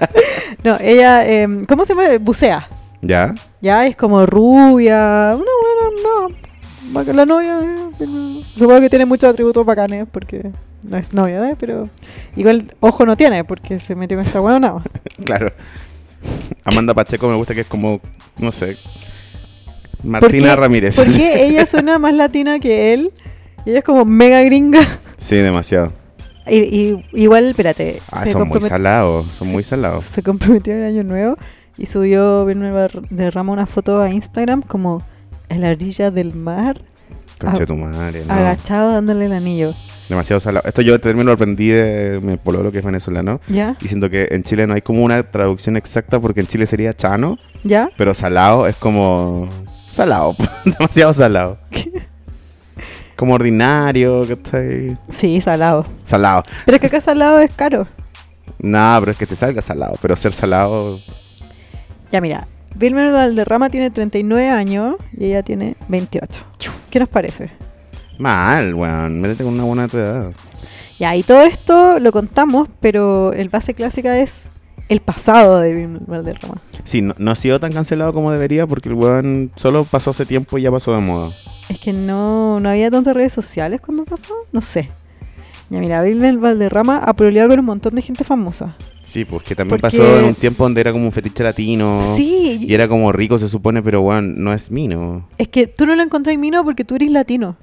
no, ella, em, ¿cómo se llama? Bucea.
Ya.
Ya es como rubia, una buena, no. va con La novia, eh, supongo que tiene muchos atributos bacanes porque no es novia, ¿eh? pero igual ojo no tiene porque se metió con esta huevona.
Claro. Amanda Pacheco me gusta que es como, no sé. Martina
qué?
Ramírez.
Porque ella suena más latina que él y ella es como mega gringa.
Sí, demasiado.
Y, y- igual, espérate,
Ah, son muy
compromet-
salados. Son muy salados.
se comprometieron en Año Nuevo y subió Vilma Bar- de Rama una foto a Instagram como en la orilla del mar,
Concha de tu madre. no.
agachado dándole el anillo.
Demasiado salado. Esto yo también lo aprendí de mi pololo que es venezolano.
¿Ya?
Y siento que en Chile no hay como una traducción exacta porque en Chile sería chano.
¿Ya?
Pero salado es como. Salado, demasiado salado. Como ordinario, que está ahí.
Sí, salado.
Salado.
Pero es que acá salado es caro.
Nada, pero es que te salga salado. Pero ser salado.
Ya mira, Vilmer Valderrama tiene 39 años y ella tiene 28. ¿Qué nos parece?
Mal, weón. Métete con una buena de tu edad.
Ya, y todo esto lo contamos, pero el base clásica es el pasado de Vilmer Valderrama.
Sí, no, no ha sido tan cancelado como debería porque el weón solo pasó hace tiempo y ya pasó de moda.
Es que no, no había tantas redes sociales cuando pasó, no sé. Ya mira, Vilmer Valderrama ha proleado con un montón de gente famosa.
Sí, pues que también
Porque-
pasó en un tiempo donde era como un fetiche latino.
Sí,
Y era como rico, se supone, pero weón, no es mino.
es que tú no lo encontrás mino porque tú eres latino.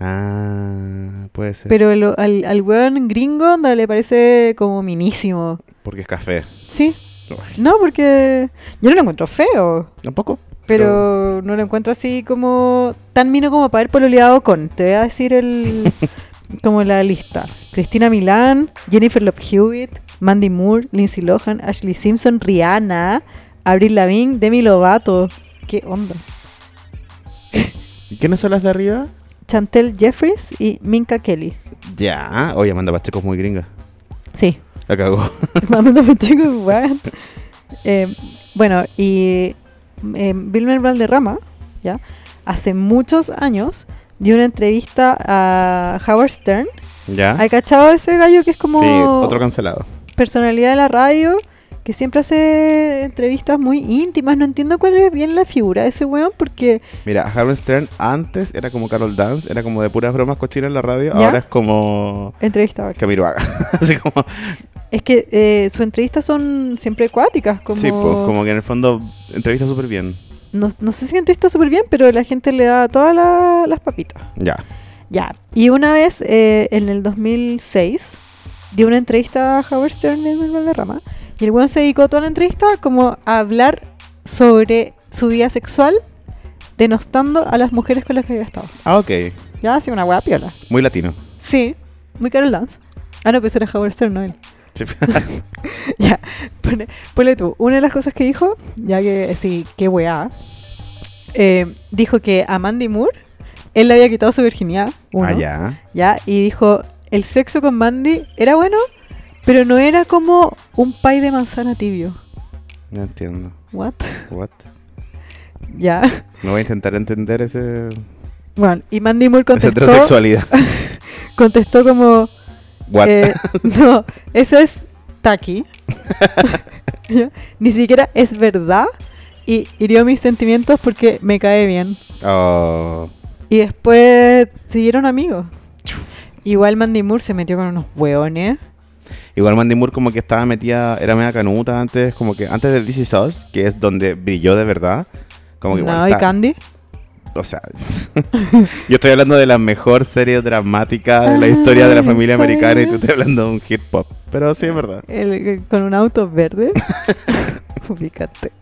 Ah, puede ser.
Pero el- al, al weón gringo onda, le parece como minísimo.
Porque es café.
Sí.
Uy.
No, porque yo no lo encuentro feo,
Tampoco.
pero no lo encuentro así como tan mino como para haber pololeado con. Te voy a decir el como la lista. Cristina Milán, Jennifer Love Hewitt, Mandy Moore, Lindsay Lohan, Ashley Simpson, Rihanna, Avril Lavigne, Demi Lovato. ¿Qué onda?
¿Y quiénes son las de arriba?
Chantel Jeffries y Minka Kelly.
Ya, oye, Amanda Pacheco es muy gringa.
Sí,
La cagó.
Mamando Pacheco, weón. Eh, bueno, y eh, Vilmer Valderrama, ¿ya? Hace muchos años dio una entrevista a Howard Stern.
¿Ya?
¿Hay cachado ese gallo que es como
Ah. Sí, otro cancelado.
personalidad de la radio? Que siempre hace entrevistas muy íntimas. No entiendo cuál es bien la figura de ese weón porque...
Mira, Harold Stern antes era como Carol Dance, era como de puras bromas cochinas en la radio,
¿Ya?
ahora es como
Entrevistaba.
Camilo Haga. Así como,
Es que eh, sus entrevistas son siempre acuáticas, como...
Sí, pues como que en el fondo entrevista súper bien.
No, no sé si entrevista súper bien, pero la gente le da todas la- las papitas.
Ya.
Ya, y una vez eh, en el 2006 dio una entrevista a Howard Stern en el Valderrama y el weón se dedicó toda la entrevista como a hablar sobre su vida sexual denostando a las mujeres con las que había estado.
Ah, ok.
Ya, así una weá piola.
Muy latino.
Sí, muy Carol Dance. Ah, no, pero eso era Howard Stern, no él.
Sí.
ya, pone, ponle tú. Una de las cosas que dijo, ya que sí, qué weá, eh, dijo que a Mandy Moore él le había quitado su virginidad. uno.
Ah, ya.
¿ya? Y dijo, el sexo con Mandy era bueno, pero no era como un pay de manzana tibio.
No entiendo.
What?
What?
Ya.
No voy a intentar entender ese,
Bueno, y Mandy Moore
esa
contestó,
heterosexualidad.
contestó como,
What?
eh, no, eso es taqui. Ya, Ni siquiera es verdad. Y hirió mis sentimientos porque me cae bien.
Oh.
Y después siguieron amigos. Igual Mandy Moore se metió con unos hueones.
Igual Mandy Moore como que estaba metida, era media canuta antes, como que antes del DC Sauce, que es donde brilló de verdad. Como que
no,
igual
y
está-
Candy.
o sea, yo estoy hablando de la mejor serie dramática
Ah,
de la historia de la
Ay,
familia
fue-
americana y tú estás hablando de un hip hop. Pero sí, es verdad.
El- el- con un auto verde. Ubícate.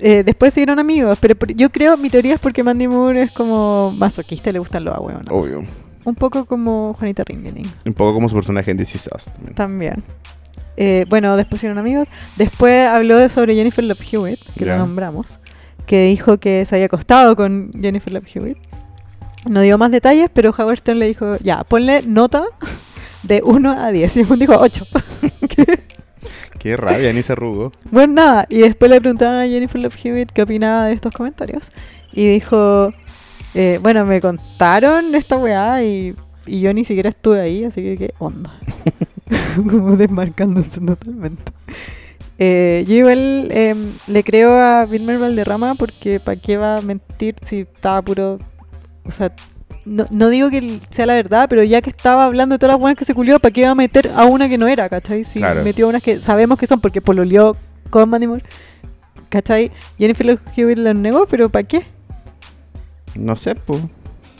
Eh, después siguieron amigos, pero por- yo creo, mi teoría es porque Mandy Moore es como masoquista y le gustan los abuelos.
Obvio.
Un poco como Juanita Ringeling
Un poco como su personaje en This Is Us también.
también. Eh, bueno, después siguieron amigos. Después habló de sobre Jennifer Love Hewitt, que
Ya.
la nombramos, que dijo que se había acostado con Jennifer Love Hewitt. No dio más detalles, pero Howard Stern le dijo, ya, ponle nota de 1 a 10. Y el Jun dijo 8.
Qué rabia, ni se arrugó.
Bueno, nada, y después le preguntaron a Jennifer Love Hewitt qué opinaba de estos comentarios. Y dijo, eh, bueno, me contaron esta weá y, y yo ni siquiera estuve ahí, así que qué onda. Como desmarcándose totalmente. Eh, yo igual eh, le creo a Wilmer Valderrama porque ¿para qué va a mentir si estaba puro... O sea, no, no digo que sea la verdad, pero ya que estaba hablando de todas las buenas que se culió, ¿para qué iba a meter a una que no era, cachai? Si
Claro.
metió unas que sabemos que son porque pololeó con Mandy Moore, cachai. Jennifer Love Hewitt lo negó, pero ¿para qué?
No sé, pues.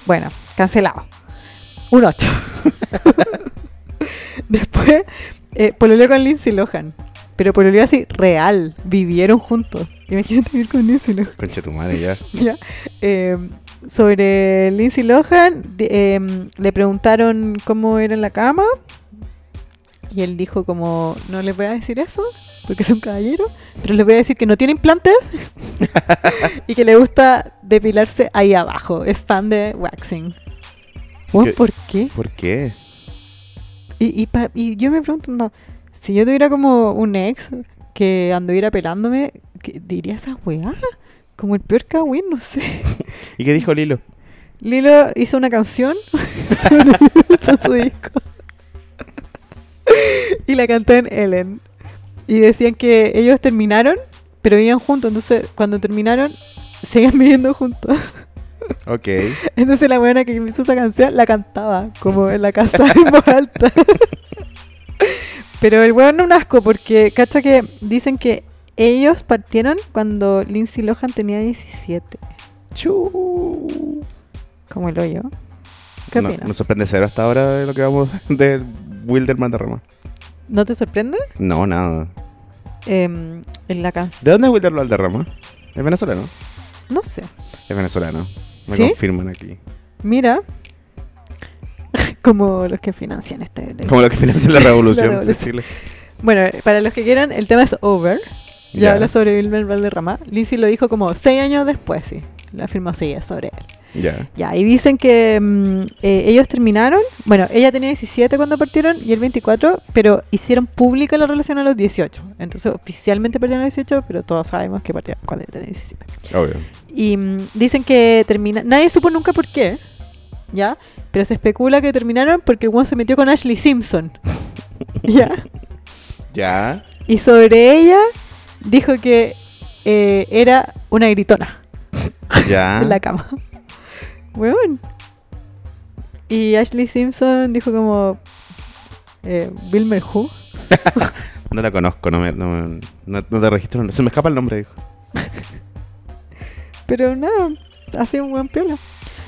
Bueno, cancelado. Un 8. Después, eh, pololeó con Lindsay Lohan. Pero pololeó así, real. Vivieron juntos. Imagínate vivir con Lindsay Lohan.
Concha tu madre ya.
Ya. Eh, sobre Lindsay Lohan, di- em, le preguntaron cómo era en la cama. Y él dijo como, no les voy a decir eso, porque es un caballero, pero les voy a decir que no tiene implantes y que le gusta depilarse ahí abajo. Es fan de waxing. Weón,
¿Qué?
¿Por qué?
¿Por qué?
Y, y, pa- y yo me pregunto, no, si yo tuviera como un ex que anduviera pelándome, ¿qué- ¿diría esa weá? Como el peor cagüín, no sé.
¿Y qué dijo Lilo?
Lilo hizo una canción sobre- hizo su disco. y la cantó en Ellen. Y decían que ellos terminaron, pero vivían juntos. Entonces, cuando terminaron, seguían viviendo juntos.
Ok.
Entonces, la buena que hizo esa canción la cantaba, como en la casa en voz alta. pero el weón es un asco, porque cacha que dicen que ellos partieron cuando Lindsay Lohan tenía 17,
Chu.
como el hoyo. ¿Qué
No,
opinas?
nos sorprende cero hasta ahora de lo que vamos del Wilder Mandarrama.
¿No te sorprende?
No, nada.
em, en la
¿De
canción.
dónde es Wilder Valderrama? Es venezolano.
No sé.
Es venezolano. Me
¿Sí?
confirman aquí.
Mira. Como los que financian este.
Como lo que financia la revolución.
La revolución.
Chile.
Bueno, para los que quieran, el tema es Over. Ya
Ya.
habla sobre Wilmer Valderrama. Lizzie lo dijo como seis años después, sí. La afirmó así, sobre él.
Ya.
Ya, y dicen que mm, eh, ellos terminaron. Bueno, ella tenía 17 cuando partieron y él 24, pero hicieron pública la relación a los 18. Entonces, oficialmente partieron a los 18, pero todos sabemos que partieron cuando ella tenía 17.
Obvio.
Y mm, dicen que termina. Nadie supo nunca por qué, ¿ya? Pero se especula que terminaron porque el weón se metió con Ashley Simpson, ¿ya?
Ya.
Y sobre ella dijo que eh, era una gritona
Ya.
en la cama. Weón. Y Ashley Simpson dijo como. Eh, Wilmer Who.
No la conozco, no, me, no, me- no- no te registro. no- Se me escapa el nombre, dijo.
Pero nada, ha sido un buen piola.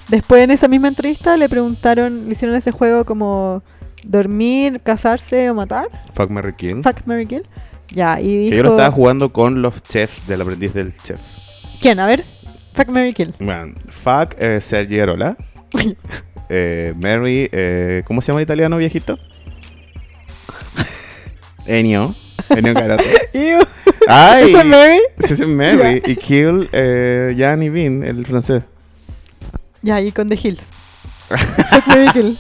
Después en esa misma entrevista le preguntaron, le hicieron ese juego como dormir, casarse o matar.
Fuck Mary Kill.
Fuck Mary Kill. Ya, y dijo.
Mm. Que yo lo estaba jugando con los chefs del aprendiz del chef.
¿Quién? A ver. Fuck Mary Kill.
Man, fuck eh, Sergio Arola. Eh, Mary, eh, ¿cómo se llama el italiano viejito? Enio. Enio Carato.
Ew,
¡Ay!
¿Esa Mary?
Sí, ese es Mary. Y Kill, eh, Jan y Bean, el francés.
Ya, y con The Hills. Fuck Mary Kill.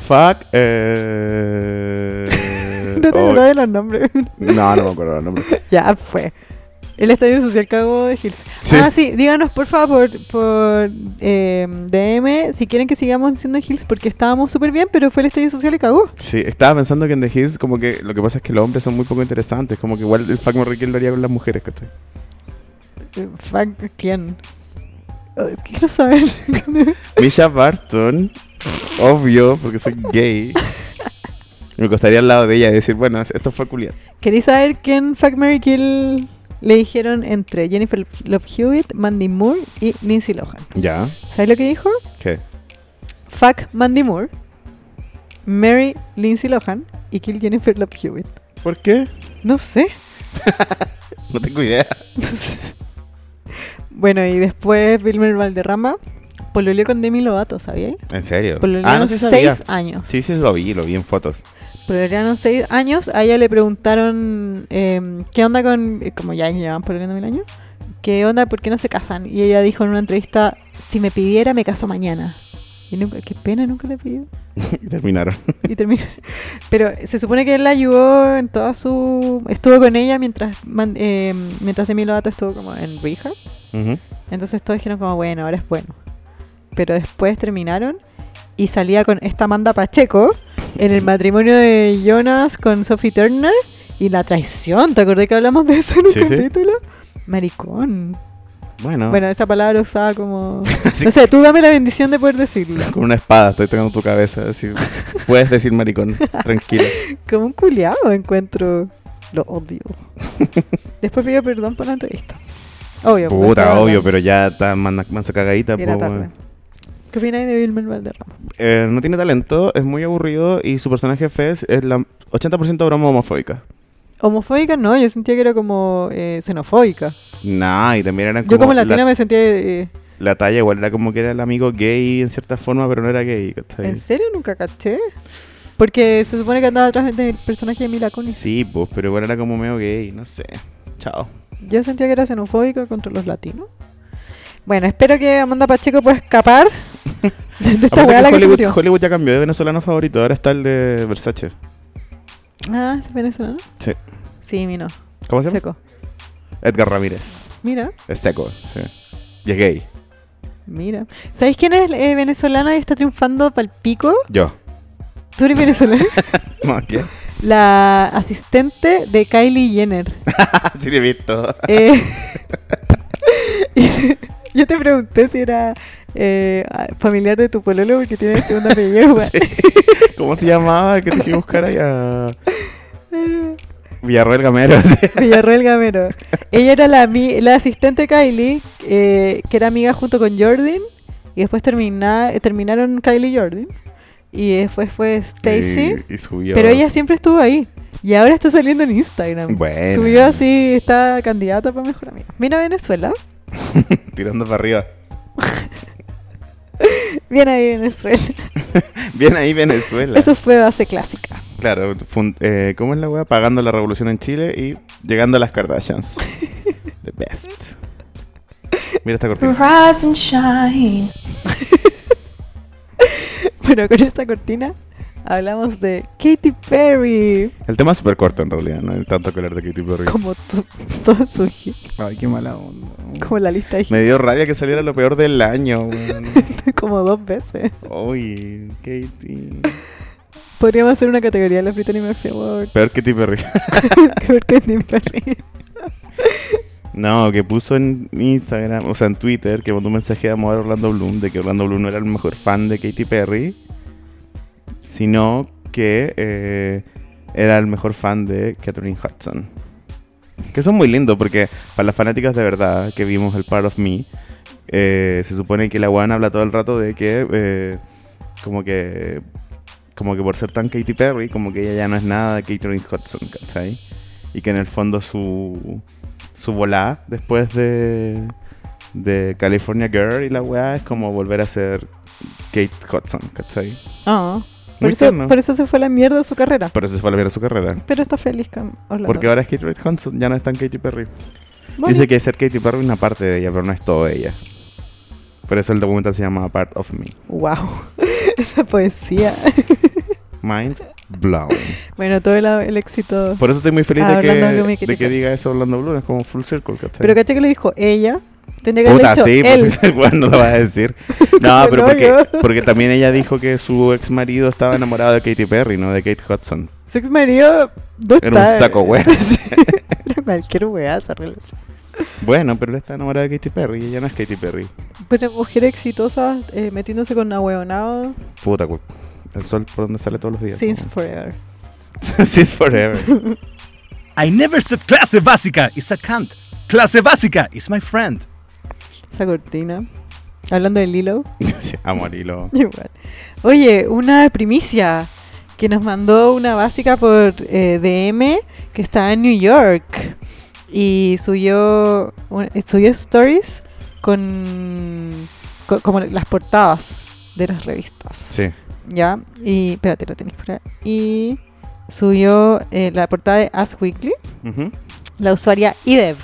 Fuck. Eh...
No te
oh,
acordás de los nombres.
no, no me acuerdo el nombre.
ya, fue. El estadio social cagó de Hills.
Sí.
Ah, sí, díganos por favor por eh, DM si quieren que sigamos siendo Hills porque estábamos súper bien, pero fue el estadio social y cagó.
Sí, estaba pensando que en The Hills, como que lo que pasa es que los hombres son muy poco interesantes. Como que igual el Fuck Mary Kill lo haría con las mujeres, ¿cachai?
Eh, Fuck, ¿quién? Oh, Quiero saber.
Misha Barton, obvio, porque soy gay. Me costaría al lado de ella y decir, bueno, esto fue culiar.
¿Queréis saber quién Fuck Mary Kill le dijeron entre Jennifer Love Hewitt, Mandy Moore y Lindsay Lohan?
Ya.
¿Sabes lo que dijo?
¿Qué?
Fuck Mandy Moore, Mary Lindsay Lohan y Kill Jennifer Love Hewitt.
¿Por qué?
No sé.
No tengo idea.
bueno, y después Wilmer Valderrama pololeó con Demi Lovato, ¿sabíais?
¿En serio?
Pololearon
Ah, no se sabía.
seis años.
Sí, sí, lo vi, lo vi en fotos.
Pololearon seis años. A ella le preguntaron eh, qué onda con... eh, Como ya llevan pololeando mil años. ¿Qué onda? ¿Por qué no se casan? Y ella dijo en una entrevista, si me pidiera me caso mañana. Y nunca, qué pena, nunca le pidió.
Y terminaron.
Y termina. Pero se supone que él la ayudó en toda su... Estuvo con ella mientras, man- eh, mientras Demi Lovato estuvo como en rehab.
Ujú.
Entonces todos dijeron como, bueno, ahora es bueno. Pero después terminaron y salía con esta Amanda Pacheco en el matrimonio de Jonas con Sophie Turner y la traición, ¿te acordé que hablamos de eso en un
Sí, sí.
capítulo? Maricón.
Bueno,
Bueno, esa palabra usada como...
Así-
No sé, tú dame la bendición de poder decirlo.
con una espada estoy tocando tu cabeza. Así, puedes decir maricón, tranquilo.
Como un culiado encuentro. Lo odio. Después pidió perdón por la entrevista. Obvio. porque
Puta,
era
obvio,
tarde.
pero ya está mansa mansa cagadita.
Era
po,
tarde.
weón.
¿Qué opináis de Wilmer Valderrama?
Eh, no tiene talento, es muy aburrido y su personaje Fez es la 80% broma homofóbica.
Homofóbica no, yo sentía que era como eh, xenofóbica.
Nah, y también era Ah, como,
yo como latina
la,
me sentía... eh,
la talla igual era como que era el amigo gay en cierta forma, pero no era gay. ¿cachai?
¿En serio? Nunca caché. Porque se supone que andaba atrás del personaje de Mila Kunis.
Sí, pues, pero igual era como medio gay, no sé. Chao.
Yo sentía que era xenofóbica contra los latinos. Bueno, espero que Amanda Pacheco pueda escapar de esta
Aparte
weá a la
que
que se
Hollywood,
metió.
Hollywood ya cambió de venezolano favorito, ahora está el de Versace.
Ah, ¿es venezolano?
Sí.
Sí, mi no.
¿Cómo se llama?
Seco.
Edgar Ramírez.
Mira,
Es seco, sí. Y es gay.
mira. ¿Sabéis quién es eh, venezolana y está triunfando pal pico?
Yo.
Tú eres venezolana.
No, ¿qué?
La asistente de Kylie Jenner.
sí, lo he visto.
Eh, yo te pregunté si era eh, a- familiar de tu pololo porque tiene el segundo apellido. weón.
Sí. ¿Cómo se llamaba? Que te dije buscar ahí a
Eh,
Villarreal Gamero. sí.
Villarroel Gamero. Ella era la, ami- la asistente de Kylie, eh, que era amiga junto con Jordan. Y después termina- terminaron Kylie y Jordan. Y después fue Stacy.
Y, y subió.
Pero ella siempre estuvo ahí. Y ahora está saliendo en Instagram.
Bueno.
Subió así, está candidata para mejor amiga. Mira Venezuela.
Tirando para arriba.
Bien ahí Venezuela.
Bien ahí, Venezuela.
Eso fue base clásica.
Claro, fun- eh, ¿cómo es la weá? Pagando la revolución en Chile y llegando a las Kardashians. The best. Mira esta cortina.
Rise and shine.
Bueno, con esta cortina hablamos de Katy Perry.
El tema es súper corto en realidad, no hay tanto que hablar de Katy Perry.
Como to- todo su hit,
Ay, qué mala onda.
como la lista de hits,
Me dio rabia que saliera lo peor del año, weón.
como dos veces.
Uy, Katy.
Podríamos hacer una categoría de los Brittany Murphy Awards.
Peor Katy Perry.
Peor que Katy Perry.
No, que puso en Instagram, o sea, en Twitter, que mandó un mensaje de amor a Orlando Bloom, de que Orlando Bloom no era el mejor fan de Katy Perry, sino que eh, era el mejor fan de Katherine Hudson. Que son muy lindos, porque para las fanáticas de verdad que vimos el Part of Me, eh, se supone que la One habla todo el rato de que, eh, como que, como que por ser tan Katy Perry, como que ella ya no es nada de Katherine Hudson, ¿cachai? Y que en el fondo su su volá después de, de California Girl y la weá es como volver a ser Kate Hudson, ¿cachai?
Ah, por,
Muy
eso,
tierno.
por eso se fue a la mierda su carrera.
Pero eso fue la mierda de su carrera.
Pero está feliz con Orlando.
Porque ahora es Kate Hudson, ya no es tan Katy Perry.
Bueno,
Dice que ser Katy Perry es una parte de ella, pero no es todo ella. Por eso el documental se llama Part of Me.
Wow, esa poesía.
Mind blown.
bueno, todo el, el éxito.
Por eso estoy muy feliz
Ah,
de,
Orlando Bloom y
que,
Katy
de que
Perry.
diga eso Orlando Bloom. Es como full circle, ¿cachai?
Pero caché que lo dijo ella. Tendría que haber
Puta,
dicho
sí,
él.
pues el weón no lo vas a decir. No,
Como
pero
no,
porque,
yo.
porque también ella dijo que su ex marido estaba enamorado de Katy Perry, no de Kate Hudson.
Su ex marido no
Era un
está-
saco wea.
Sí, Era cualquier weá esa relación.
Bueno, pero él está enamorado de Katy Perry y ella no es Katy Perry.
Bueno, mujeres exitosas eh, metiéndose con ahueonado
Puta, güey. El sol por donde sale todos los días.
since
¿no?
forever.
Así es forever.
I never said clase básica is a cunt. Clase básica is my friend.
Esa cortina. Hablando de Lilo.
Sí, Amo al hilo.
Igual. Oye, una primicia que nos mandó una básica por eh, DM que está en New York y subió, un- eh, subió stories con, co- como las portadas de las revistas.
Sí.
Ya, y espérate, lo tenéis por ahí. Y subió eh, la portada de As Weekly,
Ujú.
la usuaria IDEV,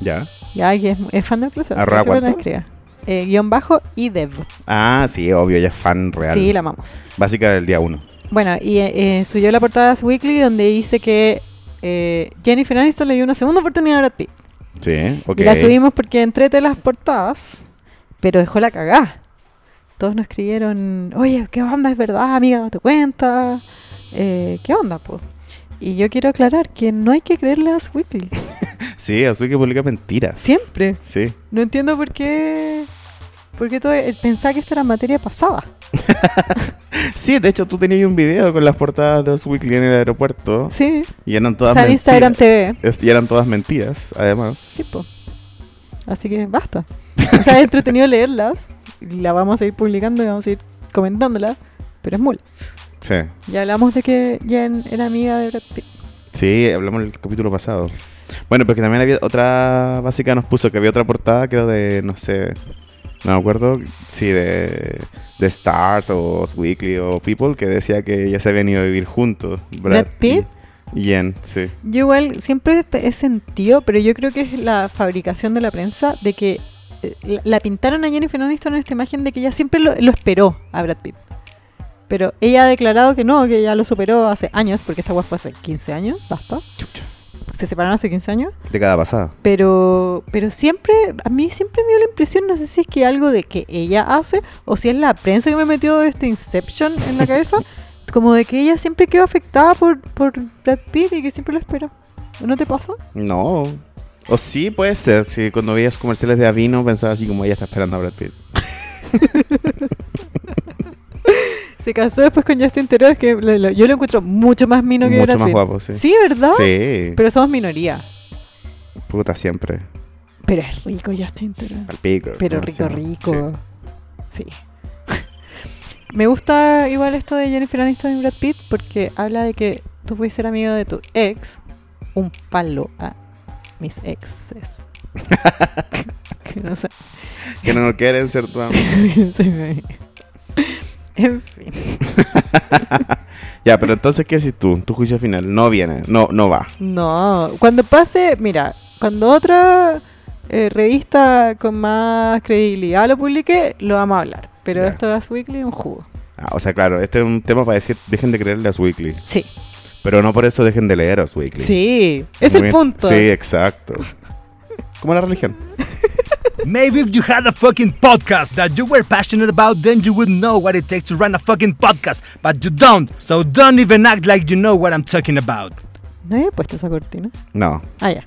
Ya.
ya que es, es fan del club, así que
¿Arroba
siempre nos
cuánto?
escribe. Eh, guión bajo IDEV.
Ah, sí, obvio, ella es fan real.
Sí, la amamos.
Básica del día uno.
Bueno, y eh, eh, subió la portada de Us Weekly donde dice que eh, Jennifer Aniston le dio una segunda oportunidad a Brad Pitt.
Sí, ok.
Y la subimos porque entrete las portadas, pero dejó la cagá. Todos nos escribieron, oye, ¿qué onda? ¿Es verdad, amiga? ¿Date cuenta? Eh, ¿Qué onda, po? Y yo quiero aclarar que no hay que creerle a Us Weekly.
Sí, así que publica mentiras.
Siempre.
Sí.
No entiendo por qué... Porque todo, eh, pensaba que esto era materia pasada.
Sí, de hecho tú tenías un video con las portadas de Us Weekly en el aeropuerto
Sí.
y eran todas
Está en
mentiras.
Instagram TV.
Es- Y eran todas mentiras, además.
Sí, po. Así que basta. O sea, es entretenido leerlas. y La vamos a ir publicando y vamos a ir comentándola. Pero es mula.
Sí.
Ya hablamos de que Jen era amiga de Brad Pitt.
Sí, hablamos en el capítulo pasado. Bueno, porque también había otra básica nos puso que había otra portada, creo de, no sé, no me acuerdo, sí, de, de Stars o Us Weekly o People, que decía que ya se habían ido a vivir juntos.
¿Brad Pitt?
Y Jen, sí.
Yo igual siempre he he sentido, pero yo creo que es la fabricación de la prensa, de que eh, la, la pintaron a Jennifer Aniston en esta imagen de que ella siempre lo, lo esperó a Brad Pitt. Pero ella ha declarado que no, que ella lo superó hace años, porque esta guapa fue hace 15 años, basta.
Chucha.
Se separaron hace 15 años.
De cada pasada.
pero pero siempre a mí siempre me dio la impresión no sé si es que algo de que ella hace o si es la prensa que me metió este Inception en la cabeza como de que ella siempre quedó afectada por, por Brad Pitt y que siempre lo espera ¿no te pasa?
No. O sí, puede ser. Si cuando veías comerciales de Avino pensabas así como ella está esperando a Brad Pitt.
se casó después con Justin Theroux que lo- lo- yo lo encuentro mucho más mino que
Mucho
Brad
más
Pitt
guapo, sí.
sí ¿verdad?
Sí.
pero somos minoría
Puta, siempre.
pero es rico Justin Theroux
Al pico.
Pero
como
rico,
siempre.
rico. Sí. Me gusta igual esto de Jennifer Aniston y Brad Pitt porque habla de que tú puedes ser amigo de tu ex, un palo a mis exes. que no sé.
Sí. Que no quieren ser tu amigo.
se me- en fin.
Ya, pero entonces, ¿qué haces tú? Tu juicio final no viene, no, no va.
No, cuando pase, mira, cuando otra eh, revista con más credibilidad lo publique, lo vamos a hablar. Pero
Ya.
esto de Us Weekly es un jugo.
Ah, o sea, claro, este es un tema para decir, dejen de creerle a Us Weekly.
Sí.
Pero no por eso dejen de leer a Us Weekly.
Sí, es
Muy
el
bien.
punto.
Sí, exacto. Como la religión.
Maybe if you had a fucking podcast that you were passionate about, then you would know what it takes to run a fucking podcast. But you don't, so don't even act like you know what I'm talking about.
No había puesto esa cortina.
No.
Ah, ya.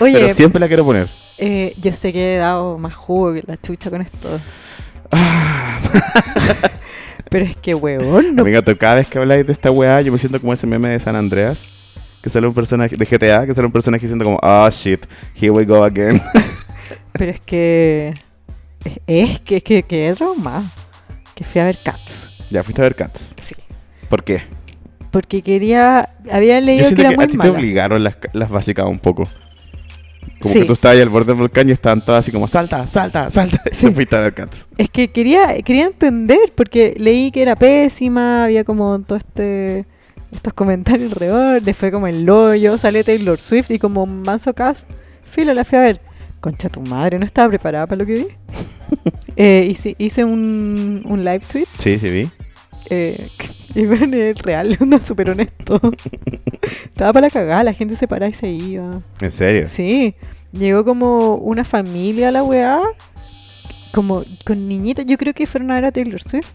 Oye,
Pero siempre la quiero poner.
eh, yo sé que he dado más jugo que la chucha con esto. Pero es que, huevón,
Ah.
no.
Amiga, tú cada vez que habláis de esta weá, yo me siento como ese meme de San Andreas. Que sale un personaje de GTA, que sale un personaje diciendo como, ah, shit, here we go again.
Pero es que. es- Es que, es que, que he traumado. Que fui a ver Cats.
ya fuiste a ver Cats.
Sí.
¿Por qué?
Porque quería. Había
Yo
leído que
siento
era
que, a
muy
ti te
mala.
obligaron las, las básicas un poco. Como
Sí.
que tú estabas ahí al borde del volcán y estaban todas así como, salta, salta, salta. Y te fuiste a ver Cats.
Es que quería, quería entender, porque leí que era pésima, había como todo este estos comentarios alrededor, después como el hoyo, sale Taylor Swift y como manso cast, filo, la fui a ver. Concha tu madre, no estaba preparada para lo que vi. Eh, hice, hice un, un live tweet
Sí, sí, vi.
eh, y bueno, es real, no súper honesto. estaba para la cagada, la gente se paraba y se iba.
¿En serio?
Sí, llegó como una familia a la weá, como con niñitas, yo creo que fueron a ver a Taylor Swift.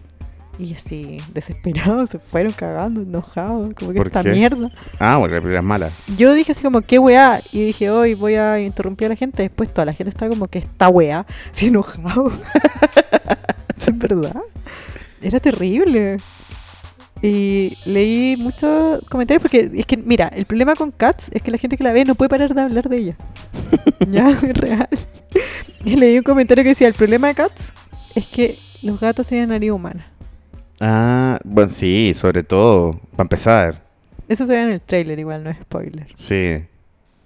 Y así, desesperados, se fueron cagando, enojados, como que
¿Por
esta
qué?
mierda.
Ah, bueno, la película es mala.
Yo dije así como, qué weá, y dije, hoy voy a interrumpir a la gente. Después toda la gente estaba como que esta weá, se enojado. Sí, ¿Es verdad? Era terrible. Y leí muchos comentarios porque es que, mira, el problema con Cats es que la gente que la ve no puede parar de hablar de ella. ya, es real. Y leí un comentario que decía, el problema de Cats es que los gatos tienen nariz humana.
Ah, bueno, sí, sobre todo. Para empezar.
Eso se ve en el tráiler igual, no es spoiler.
Sí.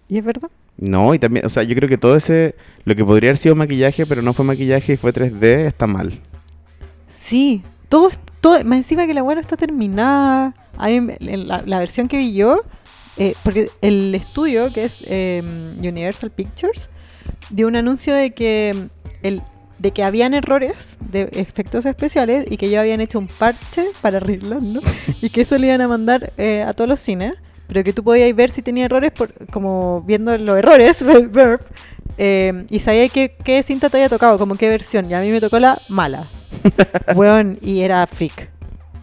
¿Y es verdad?
No, y también, o sea, yo creo que todo ese. Lo que podría haber sido maquillaje, pero no fue maquillaje y fue 3D, está mal.
Sí, todo, es- todo más encima que la weá no está terminada. A mí me- en la, la versión que vi yo, eh, porque el estudio, que es eh, Universal Pictures, dio un anuncio de que, mm, el, de que habían errores de efectos especiales y que ellos habían hecho un parche para arreglarlo y que eso le iban a mandar eh, a todos los cines. Pero que tú podías ver si tenía errores, por, como viendo los errores, verb, eh, y sabía qué, qué cinta te había tocado, como qué versión. Y a mí me tocó la mala. Weón, y era freak.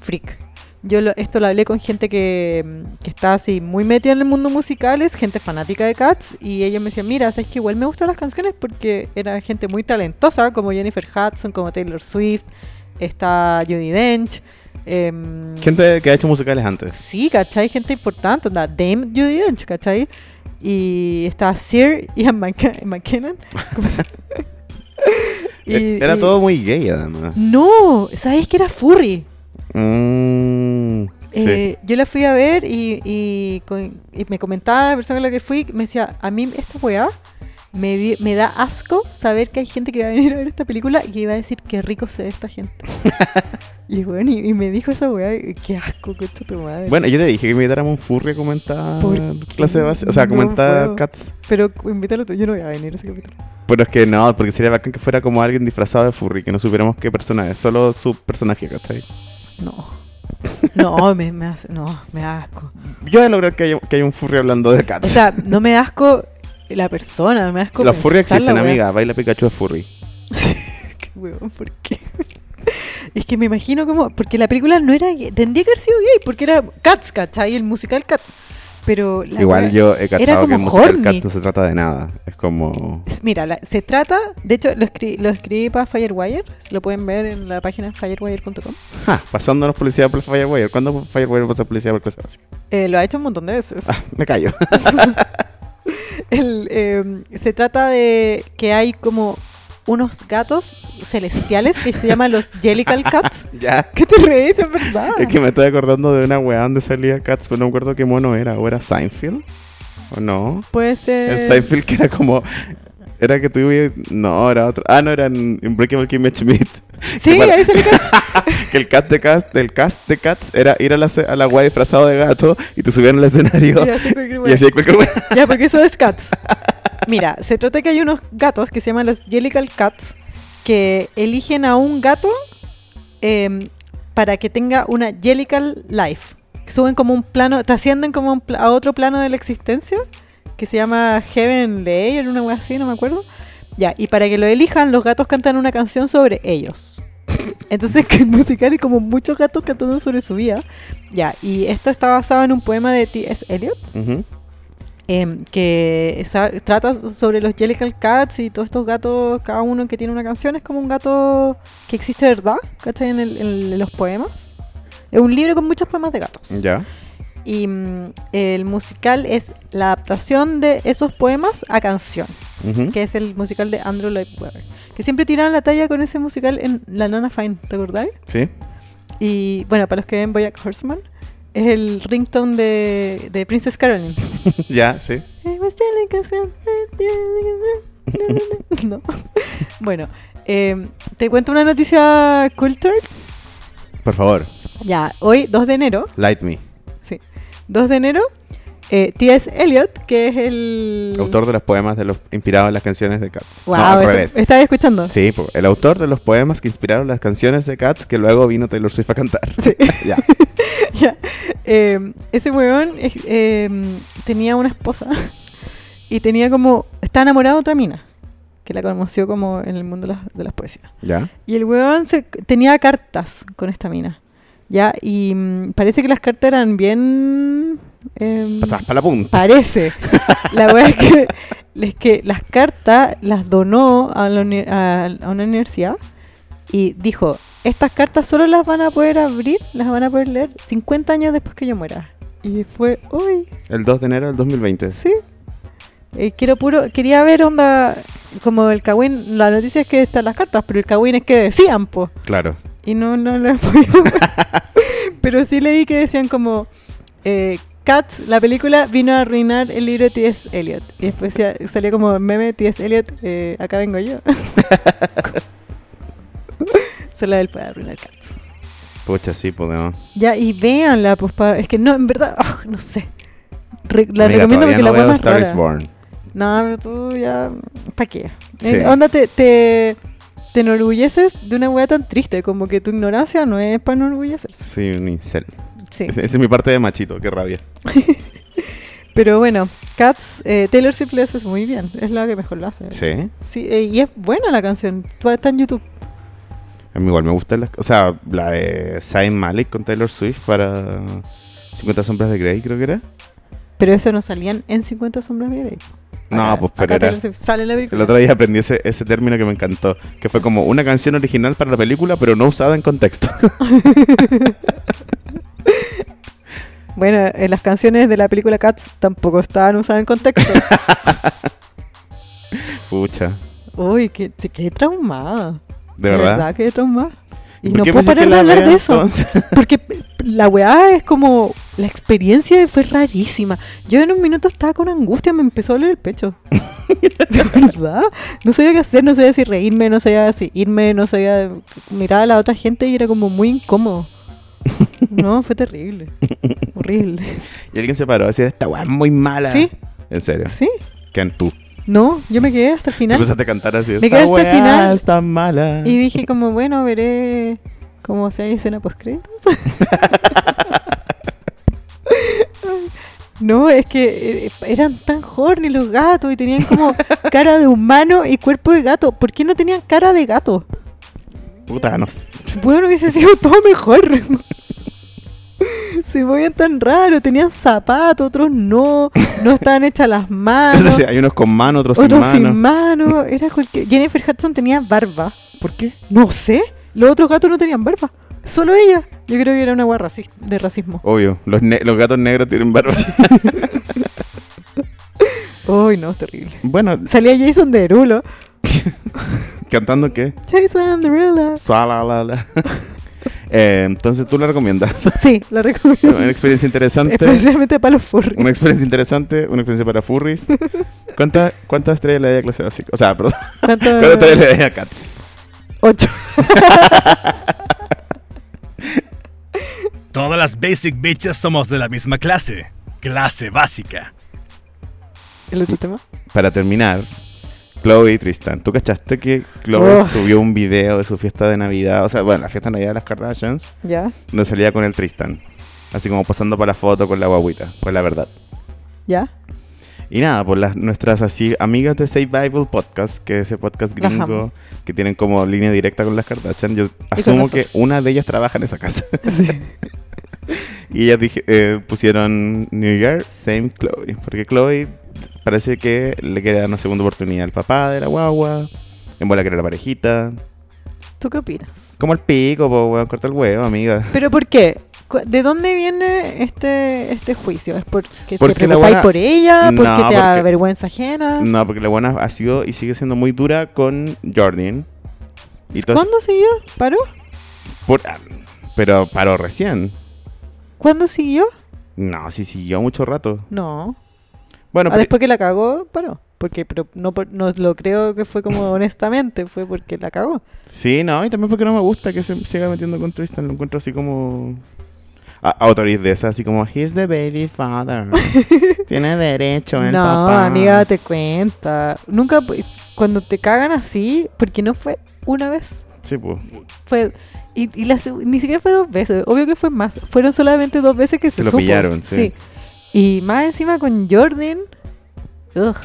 Freak. Yo lo- esto lo hablé con gente que, mm, que está así muy metida en el mundo musical, es gente fanática de Cats, y ellos me decían, mira, sabes que igual me gustan las canciones porque era gente muy talentosa, como Jennifer Hudson, como Taylor Swift, está Judi Dench. em,
Gente que ha hecho musicales antes.
Sí, ¿cachai? Gente importante, onda, Dame Judi Dench, ¿cachai? Y está Sir Ian McK- McKinnon. ¿cómo se llama?
E-
Y-
Era
y-
todo muy gay, además.
No, ¿sabes que era furry?
Mm, sí.
Eh, Yo la fui a ver y, y con- y me comentaba la persona con la que fui, me decía, a mí esta weá me, di- me da asco saber que hay gente que va a venir a ver esta película y que iba a decir qué rico se ve esta gente. y bueno, y, y me dijo esa weá, qué asco, que esto tu madre.
Bueno, yo te dije que invitáramos un furry a comentar
¿Por
clase de base, o sea, a
no
comentar
puedo?
cats.
Pero invítalo tú, yo no voy a venir a ese capítulo.
Pero es que no, porque sería bacán que fuera como alguien disfrazado de furry, que no supiéramos qué persona es, solo su personaje, ¿cachai?
No. No, me, me hace- no, me da asco.
Yo voy a lograr que haya, que haya un furry hablando de
O
cats.
sea, no me da asco la persona, me da asco
Los furry
pensar la
existen,
weá.
amiga, baila Pikachu es furry.
Qué huevón, ¿por qué? es que me imagino como. Porque la película no era. gay, Tendría que haber sido gay, porque era Cats, ¿cachai? El musical Cats. Pero. la wea-
Igual yo he cachado que
como
el musical
horny.
cats no se trata de nada, es como...
Es- Mira, la- se trata. De hecho, lo, escri- lo escribí para Firewire. se Lo pueden ver en la página firewire.com.
Ja, ah, pasándonos publicidad por Firewire. ¿Cuándo Firewire pasa publicidad por clase básica? Ah,
Eh, lo ha hecho un montón de veces.
Me callo.
El, eh, se trata de que hay como unos gatos celestiales que se llaman los Jellical Cats.
ya.
¿Qué te reís? Es verdad.
Es que me estoy acordando de una weá donde salía Cats, pero no me acuerdo qué mono era. ¿O era Seinfeld? ¿O no?
Puede ser.
En Seinfeld que era como... Era que tú ibas- No, era otro... Ah, no, era en Unbreakable Kimmy Schmidt.
Sí,
Bueno.
ahí sale Cats.
Que el cast de Cats, del cast de Cats era ir a la, ce- a la weá disfrazado de gato y te subían al escenario
Y así cualquier
y
wea.
hacía cualquier weá.
Ya, porque eso es cats. Mira, se trata que hay unos gatos que se llaman los Jellical Cats que eligen a un gato em, para que tenga una Jellical Life. Suben como un plano, trascienden como un pla- a otro plano de la existencia que se llama Heaven Layer, una wea así, no me acuerdo. Ya, y para que lo elijan, los gatos cantan una canción sobre ellos. Entonces, que el musical es como muchos gatos cantando sobre su vida. Ya, y esto está basado en un poema de T.S. Eliot
Ujú.
em, que sa- trata so- sobre los Jellical Cats y todos estos gatos, cada uno que tiene una canción es como un gato que existe de verdad, ¿cachai? En, el- en los poemas. Es un libro con muchos poemas de gatos.
Ya.
Y mm, el musical es la adaptación de esos poemas a canción,
Ujú.
que es el musical de Andrew Lloyd Webber. Que siempre tiraban la talla con ese musical en La Nana Fine, ¿te acordáis?
Sí.
Y bueno, para los que ven Boyack Horseman, es el ringtone de, de Princess Caroline.
ya, sí.
It was Jellica's Will, it Jellica's Will. No. Bueno, eh, te cuento una noticia culture.
Por favor,
Ya, hoy 2 de enero,
light me.
sí, 2 de enero, eh, T.S. Eliot, que es el
Autor de los poemas de los inspirados en las canciones de Cats.
Wow,
no, al
esto-
revés.
¿Estás escuchando?
Sí, po, el autor de los poemas que inspiraron las canciones de Cats que luego vino Taylor Swift a cantar.
Sí.
ya.
Ya. Eh, ese weón es- eh, tenía una esposa y tenía como. Está enamorado de otra mina que la conoció como en el mundo de las, de las poesías.
Ya.
Y el weón se, tenía cartas con esta mina. Ya, y mm, parece que las cartas eran bien. em,
Pasás para la punta.
parece. La weá es que, es que las cartas las donó a, la uni- a- a una universidad y dijo, estas cartas solo las van a poder abrir, las van a poder leer 50 años después que yo muera. Y fue, uy,
El 2 de enero del 2020.
sí. Eh, quiero puro, quería ver onda, como el Kawin, la noticia es que están las cartas, pero el Kawin es que decían, po.
Claro.
Y no, no lo he podido ver. Pero sí leí que decían como, eh, Cats, la película, vino a arruinar el libro de T.S. Eliot. Y después ya salió como meme T.S. Eliot, eh, acá vengo yo. Solo él puede arruinar Cats.
Pucha, sí, pues, podemos.
Ya, y véanla, pues, pa- es que no, en verdad, ah, no sé. Re- la
Amiga,
recomiendo
todavía
porque
no
la
veo
web es
Star is
rara.
Born.
No, pero tú ya, ¿pa' qué?
Sí.
Eh, Onda, te, te, te enorgulleces de una weá tan triste, como que tu ignorancia no es para enorgullecerse.
Soy un incel.
Sí.
Ese- Esa es mi parte de machito, qué rabia.
Pero bueno, Cats, eh, Taylor Swift lo hace muy bien, es la que mejor lo hace.
Sí.
Sí, eh, y es buena la canción, tú- está en YouTube.
A mí igual me gustan las... O sea, la de Zayn Malik con Taylor Swift para 50 sombras de Grey, creo que era.
Pero eso no salían en 50 sombras de Grey.
No,
Acá-
pues, pero
acá
era-
Taylor Swift sale en la película.
El otro día aprendí ese, ese término que me encantó, que fue como una canción original para la película, pero no usada en contexto.
Bueno, eh, las canciones de la película Cats tampoco estaban usadas en contexto.
Pucha,
Uy, qué, sí, qué traumada.
de verdad.
qué traumada. Y
¿Por
no
qué
puedo
pensé que
parar de
la
hablar
vea
de eso.
entonces?
Porque p- la weá es como. La experiencia fue rarísima. Yo en un minuto estaba con angustia, me empezó a doler el pecho. De verdad. No sabía qué hacer, no sabía si reírme, no sabía si irme, no sabía. Miraba a la otra gente y era como muy incómodo. No, fue terrible. Horrible.
Y alguien se paró así, esta weá es muy mala.
¿Sí?
En serio.
¿Sí?
Que en tú.
No, yo me quedé hasta el
Tú
final.
empezaste a cantar así.
Me
esta
quedé hasta el
weá
final.
es tan mala.
Y dije como, bueno, veré cómo se hay escena postcréditos. no, es que eh, eran tan horny los gatos y tenían como cara de humano y cuerpo de gato. ¿Por qué no tenían cara de gato?
Puta, no. sé.
Bueno, hubiese sido todo mejor. Se movían tan raro, tenían zapatos, otros no, no estaban hechas las
Es
manos,
decir, hay unos con mano, otros,
otros
sin mano.
sin manos, era cualquier... Jennifer Hudson tenía barba.
¿Por qué?
No sé. Los otros gatos no tenían barba. Solo ella. Yo creo que era una guerra de racismo.
Obvio, los, ne- los gatos negros tienen barba.
Uy, no, es terrible.
Bueno,
Salía Jason Derulo.
¿cantando qué?
Jason Derulo.
Sua, la, la, la. Eh, entonces tú la recomiendas.
Sí, la recomiendo.
Una experiencia interesante.
Especialmente para los furries.
Una experiencia interesante, una experiencia para furries. ¿Cuántas cuántas estrellas le daría a clase básica? O sea, perdón.
¿Cuánto?
¿Cuántas estrellas le daría a Cats?
Ocho.
Todas las basic bitches somos de la misma clase. Clase básica.
El otro tema.
Para terminar, Chloe y Tristan. ¿Tú cachaste que Chloe
Oh.
subió un video de su fiesta de Navidad? O sea, bueno, la fiesta de Navidad de las Kardashians,
Ya,
donde salía con el Tristan. Así como pasando para la foto con la guaguita, pues la verdad.
ya.
Y nada, por las, nuestras así amigas de Save Bible Podcast, que es ese podcast
Las amo.
gringo que tienen como línea directa con las Kardashian, yo
con
asumo que
nosotros.
una de ellas trabaja en esa casa.
Sí.
Y ellas dije- eh, pusieron New Year, same Chloe. Porque Chloe parece que le quería dar una segunda oportunidad al papá de la guagua. En bola que era la parejita.
¿Tú qué opinas?
Como el pico, po, weón, corta el huevo, amiga.
¿Pero por qué? Cu- ¿De dónde viene este, este juicio? ¿Es porque,
Porque la
te preocupáis
buena-
por ella? ¿Porque
No,
te da
porque-
vergüenza ajena?
No, porque la buena ha sido y sigue siendo muy dura con Jordan. Y entonces-
¿Cuándo siguió? ¿Paró?
por- ah, pero paró recién.
¿Cuándo siguió?
No, sí siguió mucho rato.
No.
Bueno,
Ah,
pero-
después que la cagó, paró. Porque, pero no, por- no lo creo que fue como honestamente, fue porque la cagó.
Sí, no, y también porque no me gusta que se siga metiendo con Tristan. Lo encuentro así como. A, a autoridad de esa, así como, he's the baby father. Tiene derecho el
no,
papá.
amiga, te cuenta. Nunca, pu- cuando te cagan así, porque no fue una vez,
Sí, pues.
fue. Y, y la seg- ni siquiera fue dos veces, obvio que fue más. Fueron solamente dos veces que se
Que lo
supo.
pillaron, sí.
Y más encima con Jordan. ugh,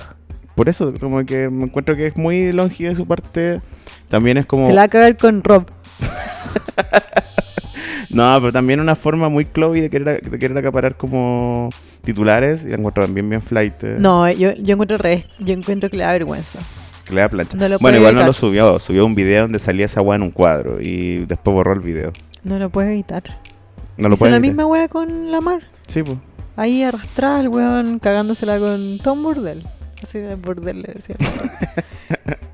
Por eso, como que me encuentro que es muy longi de su parte. También es como.
se la va a cagar con Rob.
No, pero también una forma muy Chloe de querer, de querer acaparar como titulares. Y la encuentro también bien flight. eh,
No, yo, yo encuentro al revés. Yo encuentro que le da vergüenza.
que le da plancha.
No lo puede
bueno, igual no
evitar.
lo subió. Subió un video donde salía esa weá en un cuadro y después borró el video.
No lo puedes evitar.
No lo
Hizo
puede
la
evitar.
misma wea con la mar.
Sí, pues.
Ahí arrastraba el weón cagándosela con Tom Burdell. Así de Burdell le decían.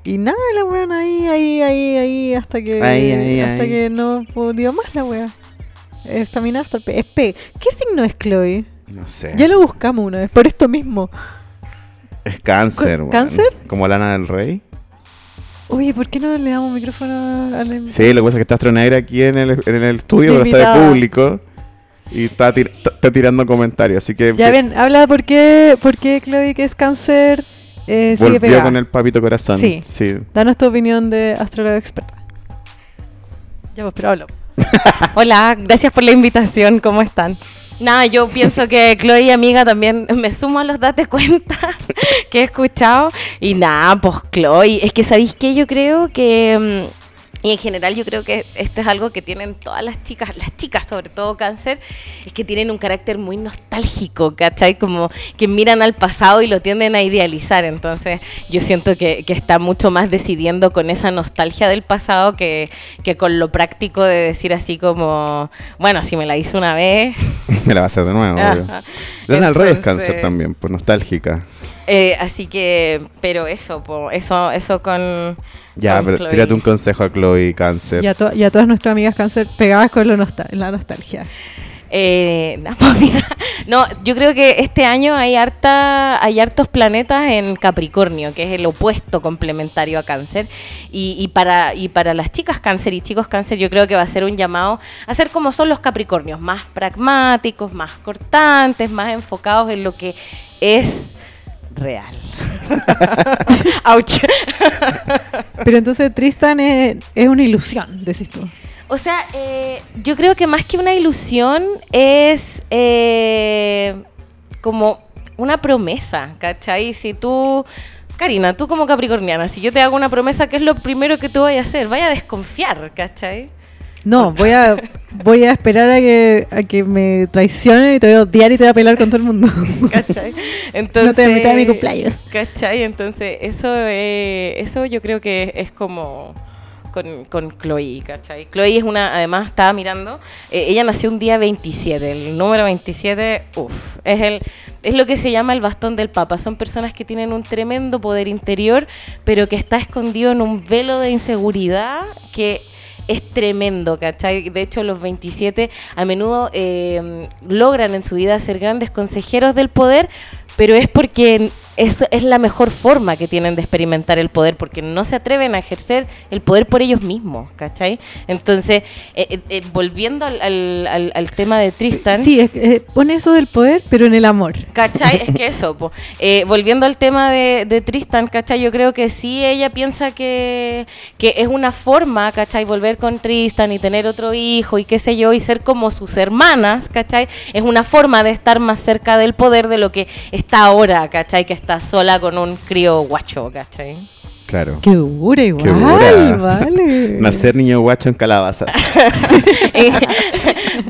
y nada, la weón ahí, ahí, ahí, ahí, hasta que,
Ahí, ahí,
hasta
ahí.
que no podía más la wea. Estamina hasta el pe- es pe- ¿Qué signo es Chloe?
No sé.
Ya lo buscamos una vez, por esto mismo.
Es cáncer,
¿Cu-
weón.
cáncer?
Como Lana del Rey.
Oye, ¿por qué no le damos micrófono a la
Sí, lo que pasa es que está Astronegra aquí en el, en el estudio, pero
De
está de
invitada.
público. Y está, tir- está tirando comentarios, así que...
Ya
que
ven, habla por qué, por qué Chloe, que es cáncer, eh, sigue
Volvió
pegada.
con el papito corazón.
Sí.
sí.
Danos tu opinión de astróloga experta. Ya, pues, pero hablo.
Hola, gracias por la invitación, ¿cómo están? Nada, yo pienso que Chloe, amiga, también me sumo a los date cuenta que he escuchado. Y nada, pues Chloe, es que sabéis que yo creo que, mm, y en general yo creo que esto es algo que tienen todas las chicas, las chicas sobre todo cáncer, es que tienen un carácter muy nostálgico, ¿cachai? Como que miran al pasado y lo tienden a idealizar. Entonces yo siento que, que está mucho más decidiendo con esa nostalgia del pasado que, que con lo práctico de decir así como, bueno, si me la hizo una vez,
Me la va a hacer de nuevo, obvio.
Ajá.
Lana del Rey es
Entonces-
cáncer también, pues nostálgica.
Eh, así que, pero eso, po, eso, eso con.
Ya,
con
pero
Chloe.
tírate un consejo a Chloe cáncer.
Y a, to- y a todas nuestras amigas cáncer pegadas con lo nostal- la nostalgia.
Eh, no, po, amiga. No, yo creo que este año hay harta, hay hartos planetas en Capricornio, que es el opuesto complementario a Cáncer. Y, y para, y para las chicas Cáncer y chicos Cáncer, yo creo que va a ser un llamado a ser como son los Capricornios, más pragmáticos, más cortantes, más enfocados en lo que es real. Ouch.
Pero entonces Tristan es, es una ilusión, decís tú.
O sea, eh, yo creo que más que una ilusión es eh, como una promesa, ¿cachai? Si tú, Karina, tú como capricorniana, si yo te hago una promesa, ¿qué es lo primero que tú vayas a hacer? Vaya a desconfiar, ¿cachai?
No, voy a, voy a esperar a que, a que me traicionen y te voy a odiar y te voy a pelear con todo el mundo.
¿Cachai? Entonces,
metas a mi cumpleaños.
¿Cachai? Entonces, eso, eh, eso yo creo que es como con, con Chloe, ¿cachai? Chloe es una, además estaba mirando, eh, ella nació un día 27, el número 27, uff, es, el, es lo que se llama el bastón del papa, son personas que tienen un tremendo poder interior, pero que está escondido en un velo de inseguridad que es tremendo, ¿cachai? De hecho, los 27 a menudo eh, logran en su vida ser grandes consejeros del poder, pero es porque eso es la mejor forma que tienen de experimentar el poder, porque no se atreven a ejercer el poder por ellos mismos, ¿cachai? Entonces, eh, eh, eh, volviendo al, al- al- al tema de Tristan...
Sí, es- eh, pone eso del poder, pero en el amor.
¿Cachai? Es que eso, po. Eh, volviendo al tema de, de Tristan, ¿cachai? Yo creo que sí, ella piensa que, que es una forma, ¿cachai? Volver con Tristan y tener otro hijo y qué sé yo, y ser como sus hermanas, ¿cachai? Es una forma de estar más cerca del poder de lo que está ahora, ¿cachai? Que está sola con un crío guacho, ¿cachai?
Claro.
Qué dura igual,
Qué dura.
vale.
Nacer niño guacho en calabazas.
Eh,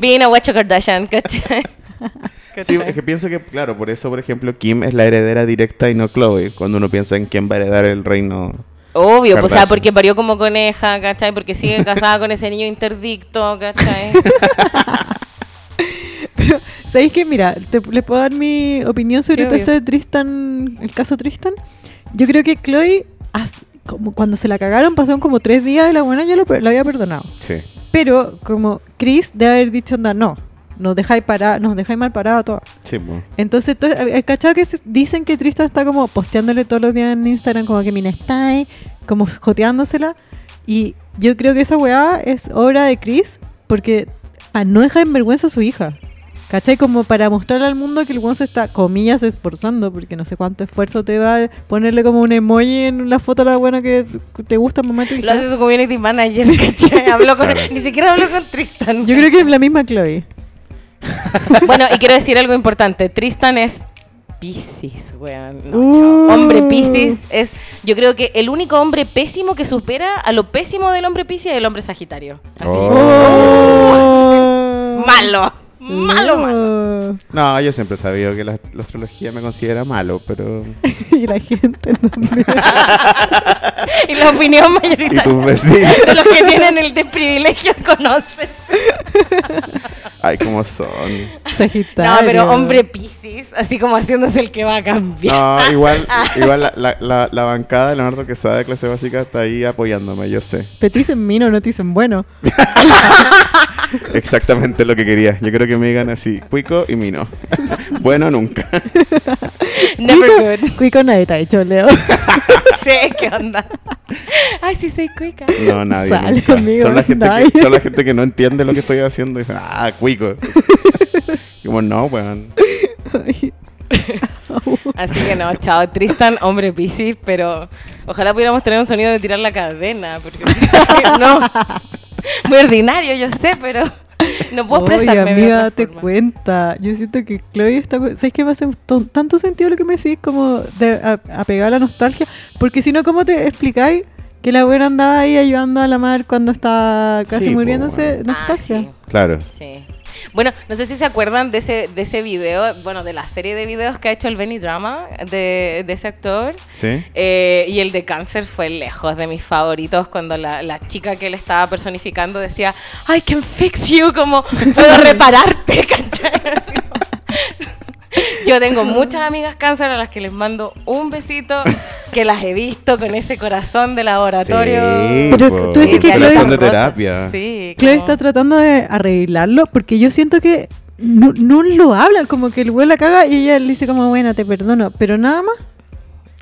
Being a guacho Kardashian, ¿cachai?
sí,
¿Cachai?
es que pienso que, claro, por eso, por ejemplo, Kim es la heredera directa y no Chloe. Cuando uno piensa en quién va a heredar el reino.
Obvio, pues, o sea,
Kardashians.
porque parió como coneja, ¿cachai? Porque sigue casada con ese niño interdicto, ¿cachai?
¿Sabéis que Mira, te, les puedo dar mi opinión sobre
Sí,
todo
obvio.
esto de Tristan, el caso Tristan. Yo creo que Chloe, as- como cuando se la cagaron, pasaron como tres días y la buena ya lo, per- la había perdonado.
Sí.
Pero como Chris de haber dicho, anda, no, nos dejáis, para, nos dejáis mal parada todas.
Sí, po.
Entonces, to- eh, ¿cachado que se- dicen que Tristan está como posteándole todos los días en Instagram como que mina está ahí, como joteándosela? Y yo creo que esa weá es obra de Chris porque para no dejar en vergüenza a su hija. ¿Cachai? Como para mostrarle al mundo que el weón se está, comillas, esforzando, porque no sé cuánto esfuerzo te va a ponerle como un emoji en la foto a la buena que te gusta, mamá, de tu hija.
Lo hace su community manager, ¿cachai? Habló con,
Claro.
Ni siquiera habló con Tristan.
Yo creo que es la misma Chloe.
Bueno, y quiero decir algo importante. Tristan es Pisces, weón. No,
Uh.
chao. Hombre Pisces es... Yo creo que el único hombre pésimo que supera a lo pésimo del hombre Pisces es el hombre Sagitario. Así.
Oh.
Malo.
Mm.
Malo, malo.
No, yo siempre he sabido que la, la astrología me considera malo, pero.
y la gente también.
Y la opinión
¿Y
mayoritaria
tus vecinos?
de los que tienen el desprivilegio conocen.
Ay, cómo son.
Sagitario.
No, pero hombre Piscis, así como haciéndose el que va a cambiar.
No, igual,
Ah.
igual la, la, la, la bancada de Leonardo Quesada de clase básica está ahí apoyándome, yo sé.
Pero te dicen mino, no te dicen bueno.
Exactamente lo que quería. Yo creo que me digan así, cuico y mino. bueno, nunca.
Never good.
Cuico- Cuico nadie te ha hecho, Leo.
sé qué onda. Ay, sí, soy cuica.
No, nadie.
Sale,
nunca.
amigo,
son, la gente
nadie.
que, son la gente que no entiende lo que estoy haciendo y dicen, ah, cuico. Y Como no, weón.
Así que no, chao, Tristan, hombre Piscis, pero ojalá pudiéramos tener un sonido de tirar la cadena, porque no. Muy ordinario, yo sé, pero no puedo
Oye,
expresarme. de
amiga,
otra
date
forma.
cuenta. Yo siento que Chloe está... cu- ¿Sabes qué me hace to- tanto sentido lo que me decís? Como de a- apegado a la nostalgia. Porque si no, ¿cómo te explicáis que la buena andaba ahí ayudando a la mar cuando estaba casi
Sí, po,
muriéndose?
bueno.
Ah,
Nostalgia.
sí.
Claro.
Sí. Bueno, no sé si se acuerdan de ese, de ese video, bueno, de la serie de videos que ha hecho el Benny Drama de, de ese actor.
¿Sí?
Eh, y el de cáncer fue lejos de mis favoritos cuando la, la chica que le estaba personificando decía, I can fix you, como puedo repararte, ¿cachai? Así como- Yo tengo muchas amigas cáncer a las que les mando un besito, que las he visto con ese corazón de laboratorio.
Sí,
Pero
po.
tú decís que
Relación
Chloe-
de terapia.
Sí,
Chloe
como-
está tratando de arreglarlo porque yo siento que no, no lo habla, como que el güey la caga y ella le dice como, bueno, te perdono, pero nada más.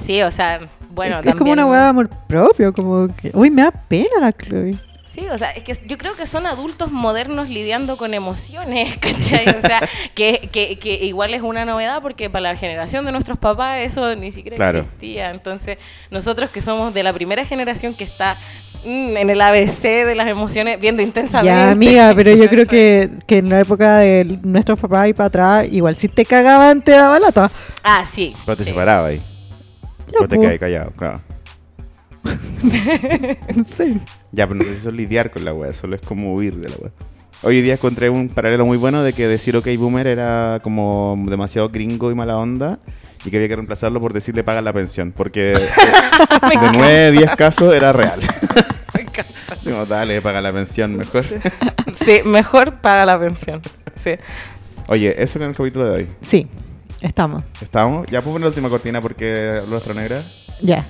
sí, o sea, bueno,
es, es como una
también-
weá de amor propio, como que, uy, me da pena la Chloe.
Sí, o sea, es que yo creo que son adultos modernos lidiando con emociones, ¿cachai? O sea, que, que, que igual es una novedad porque para la generación de nuestros papás eso ni siquiera
Claro.
existía. Entonces, nosotros que somos de la primera generación que está mm, en el ABC de las emociones, viendo intensamente.
Ya, amiga, pero yo creo que, que en la época de l- nuestros papás y para atrás, igual si te cagaban, te daban la toa.
Ah, sí.
Pero te
sí.
separaba ahí. Pero te
po.
quedas callado, claro.
Sí.
Ya, pero no sé si eso es lidiar con la wea, solo es como huir de la wea. Hoy día encontré un paralelo muy bueno de que decir ok boomer era como demasiado gringo y mala onda y que había que reemplazarlo por decirle paga la pensión, porque de 9, 10 casos era real. Así como, dale, paga la pensión mejor.
Sí, mejor paga la pensión. Sí.
Oye, eso en el capítulo de hoy.
Sí, estamos.
¿Estamos? Ya puedo poner la última cortina porque nuestra negra
Ya.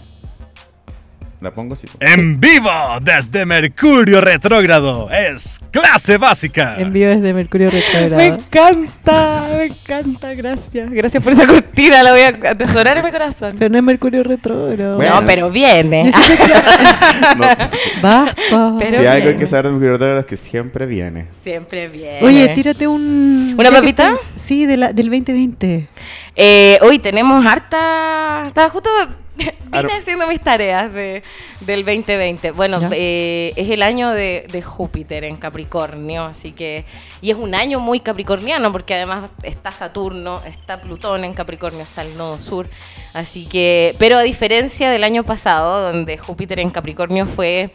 la pongo pues. así. po.
En vivo desde Mercurio Retrógrado es clase básica.
Ah.
Envío desde Mercurio
Me
Retrogrado.
encanta, me encanta, gracias. Gracias por esa cortina, la voy a atesorar en mi corazón.
Pero no es Mercurio Retrogrado.
Bueno.
No, pero viene.
Yo siento
No,
que- Basta.
Pero-
si algo hay
viene.
que saber de mi criador es que siempre viene.
Siempre viene.
Oye, tírate un...
Eh, ¿Una
ya que
papita?
te- Sí, de la, del 2020.
Eh, hoy tenemos harta. Estaba justo. Vine
Ar-
haciendo mis tareas de, del 2020. Bueno,
Ya.
eh, es el año de, de Júpiter en Capricornio, así que. Y es un año muy capricorniano, porque además está Saturno, está Plutón en Capricornio, está el nodo sur. Así que. Pero a diferencia del año pasado, donde Júpiter en Capricornio fue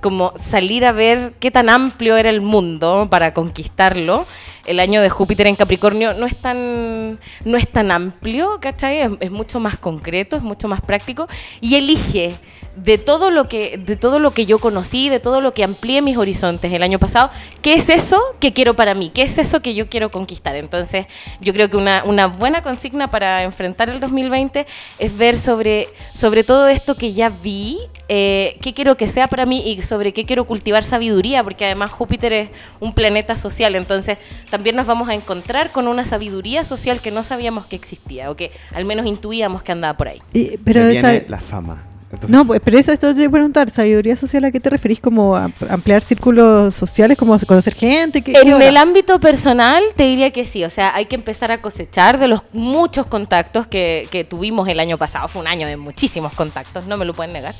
como salir a ver qué tan amplio era el mundo para conquistarlo. El año de Júpiter en Capricornio no es tan, no es tan amplio, ¿cachai? Es, es mucho más concreto, es mucho más práctico y elige de todo lo que de todo lo que yo conocí, de todo lo que amplié mis horizontes el año pasado, ¿qué es eso que quiero para mí? ¿Qué es eso que yo quiero conquistar? Entonces, yo creo que una, una buena consigna para enfrentar el 2020 es ver sobre, sobre todo esto que ya vi, eh, qué quiero que sea para mí y sobre qué quiero cultivar sabiduría, porque además Júpiter es un planeta social, entonces también nos vamos a encontrar con una sabiduría social que no sabíamos que existía o que al menos intuíamos que andaba por ahí.
Y- pero
Me
esa-
viene la fama. Entonces-
No, pues, pero eso esto te voy a preguntar, sabiduría social, ¿a qué te referís? ¿Como a ampliar círculos sociales, como conocer gente? ¿Qué, qué
En
onda?
el ámbito personal te diría que sí, o sea, hay que empezar a cosechar de los muchos contactos que, que tuvimos el año pasado, fue un año de muchísimos contactos, no me Em, lo pueden negar.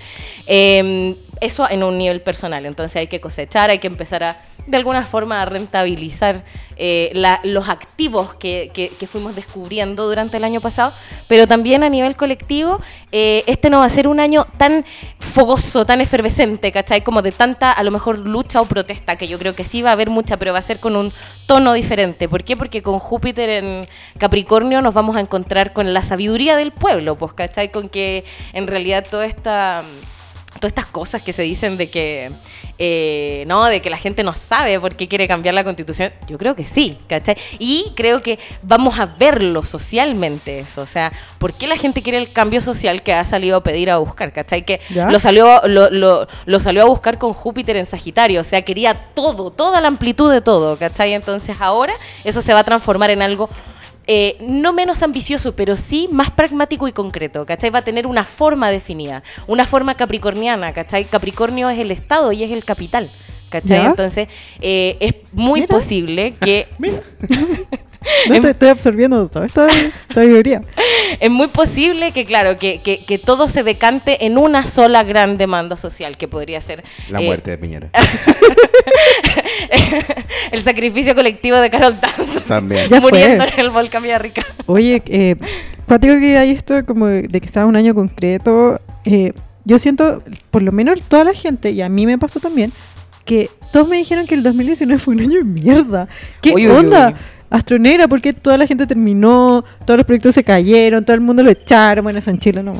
Eh, eso en un nivel personal, entonces hay que cosechar, hay que empezar a de alguna forma a rentabilizar eh, la- los activos que, que- que fuimos descubriendo durante el año pasado, pero también a nivel colectivo, eh, este no va a ser un año tan fogoso, tan efervescente, ¿cachai? Como de tanta, a lo mejor, lucha o protesta, que yo creo que sí va a haber mucha, pero va a ser con un tono diferente. ¿Por qué? Porque con Júpiter en Capricornio nos vamos a encontrar con la sabiduría del pueblo, pues, ¿cachai? Con que en realidad toda esta todas estas cosas que se dicen de que eh, no, de que la gente no sabe por qué quiere cambiar la constitución, yo creo que sí, ¿cachai? Y creo que vamos a verlo socialmente eso, o sea, ¿por qué la gente quiere el cambio social que ha salido a pedir a buscar, ¿cachai? Que
¿Ya?
lo salió, lo, lo- lo salió a buscar con Júpiter en Sagitario, o sea, quería todo, toda la amplitud de todo, ¿cachai? Entonces ahora eso se va a transformar en algo eh, no menos ambicioso, pero sí más pragmático y concreto, ¿cachai? Va a tener una forma definida, una forma capricorniana, ¿cachai? Capricornio es el Estado y es el capital, ¿cachai?
Ya.
Entonces, eh, es muy
Mira.
posible que
No,
em-
estoy, estoy absorbiendo toda esta sabiduría.
es muy posible que, claro, que, que- que todo se decante en una sola gran demanda social, que podría ser
La
eh,
muerte de Piñera.
el sacrificio colectivo de Carol Dance
También.
Ya fue.
muriendo en el volcán Villarrica.
Oye, eh, cuático que hay esto como de que sea un año concreto. eh, yo siento, por lo menos toda la gente, y a mí me pasó también, que todos me dijeron que el 2019 fue un año de mierda. ¿Qué
Uy, uy,
onda?
uy.
Astronegra, porque toda la gente terminó, todos los proyectos se cayeron, todo el mundo lo echaron, bueno, eso en Chile no.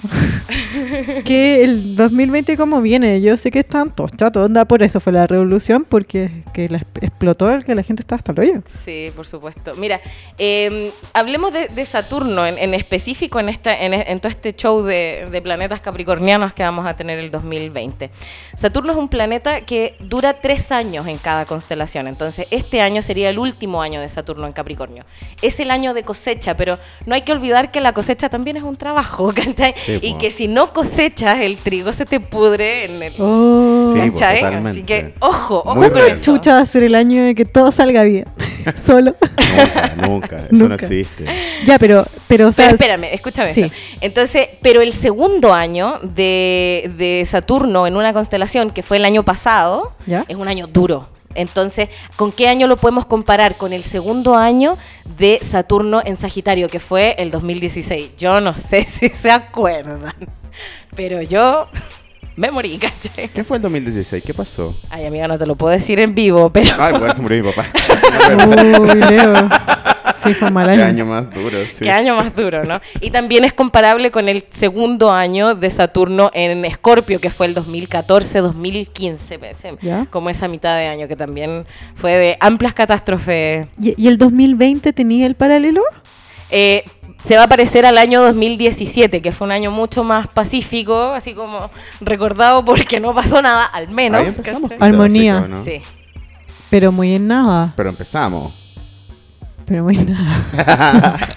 que el 2020 como viene, yo sé que están todos chatos, onda, por eso fue la revolución, porque que la exp- explotó, que la gente estaba hasta el hoyo.
Sí, por supuesto. Mira, eh, hablemos de, de Saturno en, en específico en, esta, en, en todo este show de, de planetas capricornianos que vamos a tener el 2020. Saturno es un planeta que dura tres años en cada constelación, entonces este año sería el último año de Saturno en Capricornio. Es el año de cosecha, pero no hay que olvidar que la cosecha también es un trabajo, ¿cachai?
Sí,
y
po.
que si no cosechas, el trigo se te pudre en el...
Oh.
Sí, po,
¿cachai? ¿eh? Así
totalmente.
que, ojo, ojo
Muy
con
real.
eso.
chucha va a ser el año de que todo salga bien. Solo.
Nunca, nunca. Eso no
Nunca.
existe.
ya, pero, pero, o sea,
Pero espérame, escúchame.
sí.
esto. Entonces, pero el segundo año de, de Saturno en una constelación, que fue el año pasado,
¿Ya?
es un año duro. Entonces, ¿con qué año lo podemos comparar? Con el segundo año de Saturno en Sagitario, que fue el 2016. Yo no sé si se acuerdan, pero yo me morí, ¿cachai?
¿Qué fue el 2016? ¿Qué pasó?
Ay, amiga, no te lo puedo decir en vivo, pero...
Ay, bueno, Ah, se murió mi papá.
uy, Leo. Sí, fue un mal
Qué
año.
año más duro, sí.
Qué año más duro, ¿no? Y también es comparable con el segundo año de Saturno en Escorpio, que fue el 2014-2015, pensé,
¿Ya?
como esa mitad de año, que también fue de amplias catástrofes.
¿Y, y el 2020 tenía el paralelo?
Eh, se va a parecer al año 2017, que fue un año mucho más pacífico, así como recordado porque no pasó nada, al menos.
Ahí empezamos.
¿cachai?
quizás,
Armonía.
sí, Ah, ¿no?
Sí.
Pero muy en nada.
Pero empezamos.
Pero muy en nada.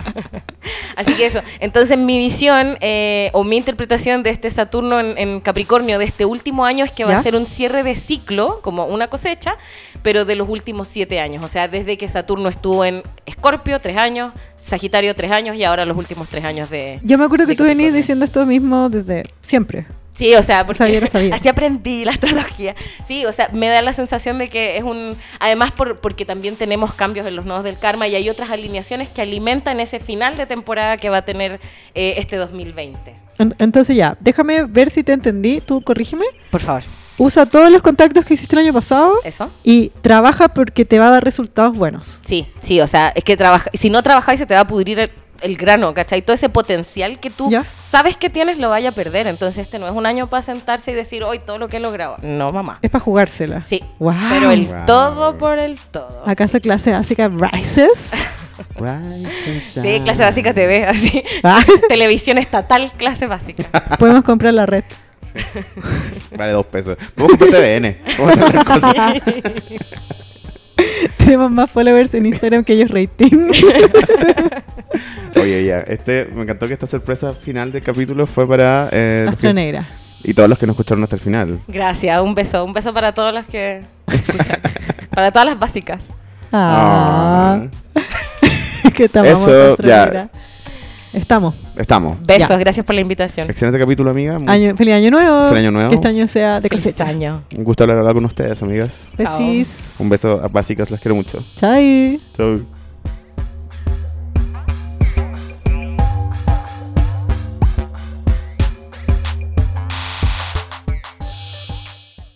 Así que eso. Entonces, mi visión eh, o mi interpretación de este Saturno en, en Capricornio de este último año es que va
¿Ya?
a ser un cierre de ciclo, como una cosecha, pero de los últimos siete años. O sea, desde que Saturno estuvo en Escorpio, tres años, Sagitario, tres años, y ahora los últimos tres años de.
Yo me acuerdo que
de
tú venís
Capricornio.
diciendo esto mismo desde siempre.
Sí, o sea, porque
Sabía, lo sabía.
así aprendí la astrología. Sí, o sea, me da la sensación de que es un... Además, por- porque también tenemos cambios en los nodos del karma y hay otras alineaciones que alimentan ese final de temporada que va a tener eh, este 2020.
En- Entonces ya, déjame ver si te entendí. Tú corrígeme.
Por favor.
Usa todos los contactos que hiciste el año pasado
¿Eso?
y trabaja porque te va a dar resultados buenos.
Sí, sí, o sea, es que trabaja, si no trabajáis se te va a pudrir el, el grano, ¿cachai? Todo ese potencial que tú
Ya.
sabes que tienes lo vaya a perder. Entonces este no es un año para sentarse y decir, hoy todo lo que he logrado. No, mamá.
Es para jugársela.
Sí.
Wow.
Pero el
Wow.
todo por el todo.
¿Acaso clase básica Rises?
Sí, clase básica TV, así.
Ah.
Televisión estatal, clase básica.
Podemos comprar la red.
Vale dos pesos. Vamos por TVN. Vamos a hacer cosas.
Tenemos más followers en Instagram que ellos rating.
Oye, ya. Este, me encantó que esta sorpresa final del capítulo fue para... Eh, los
Astro
que-
Negra.
Y todos los que nos escucharon hasta el final.
Gracias, un beso. Un beso para todas las que. para todas las básicas.
Ah,
Ah.
que te amamos,
Eso,
Astro
ya.
Negra. Estamos.
Estamos.
Besos,
Ya.
gracias por la invitación.
Excelente capítulo, amiga. Muy-
Año, feliz año nuevo.
Feliz año nuevo.
Que este año sea de
Feliz
cosecha.
año.
Un gusto hablar con ustedes, amigas.
Chao.
Besis.
Un beso a básicas, las quiero mucho.
Chai.
Chau.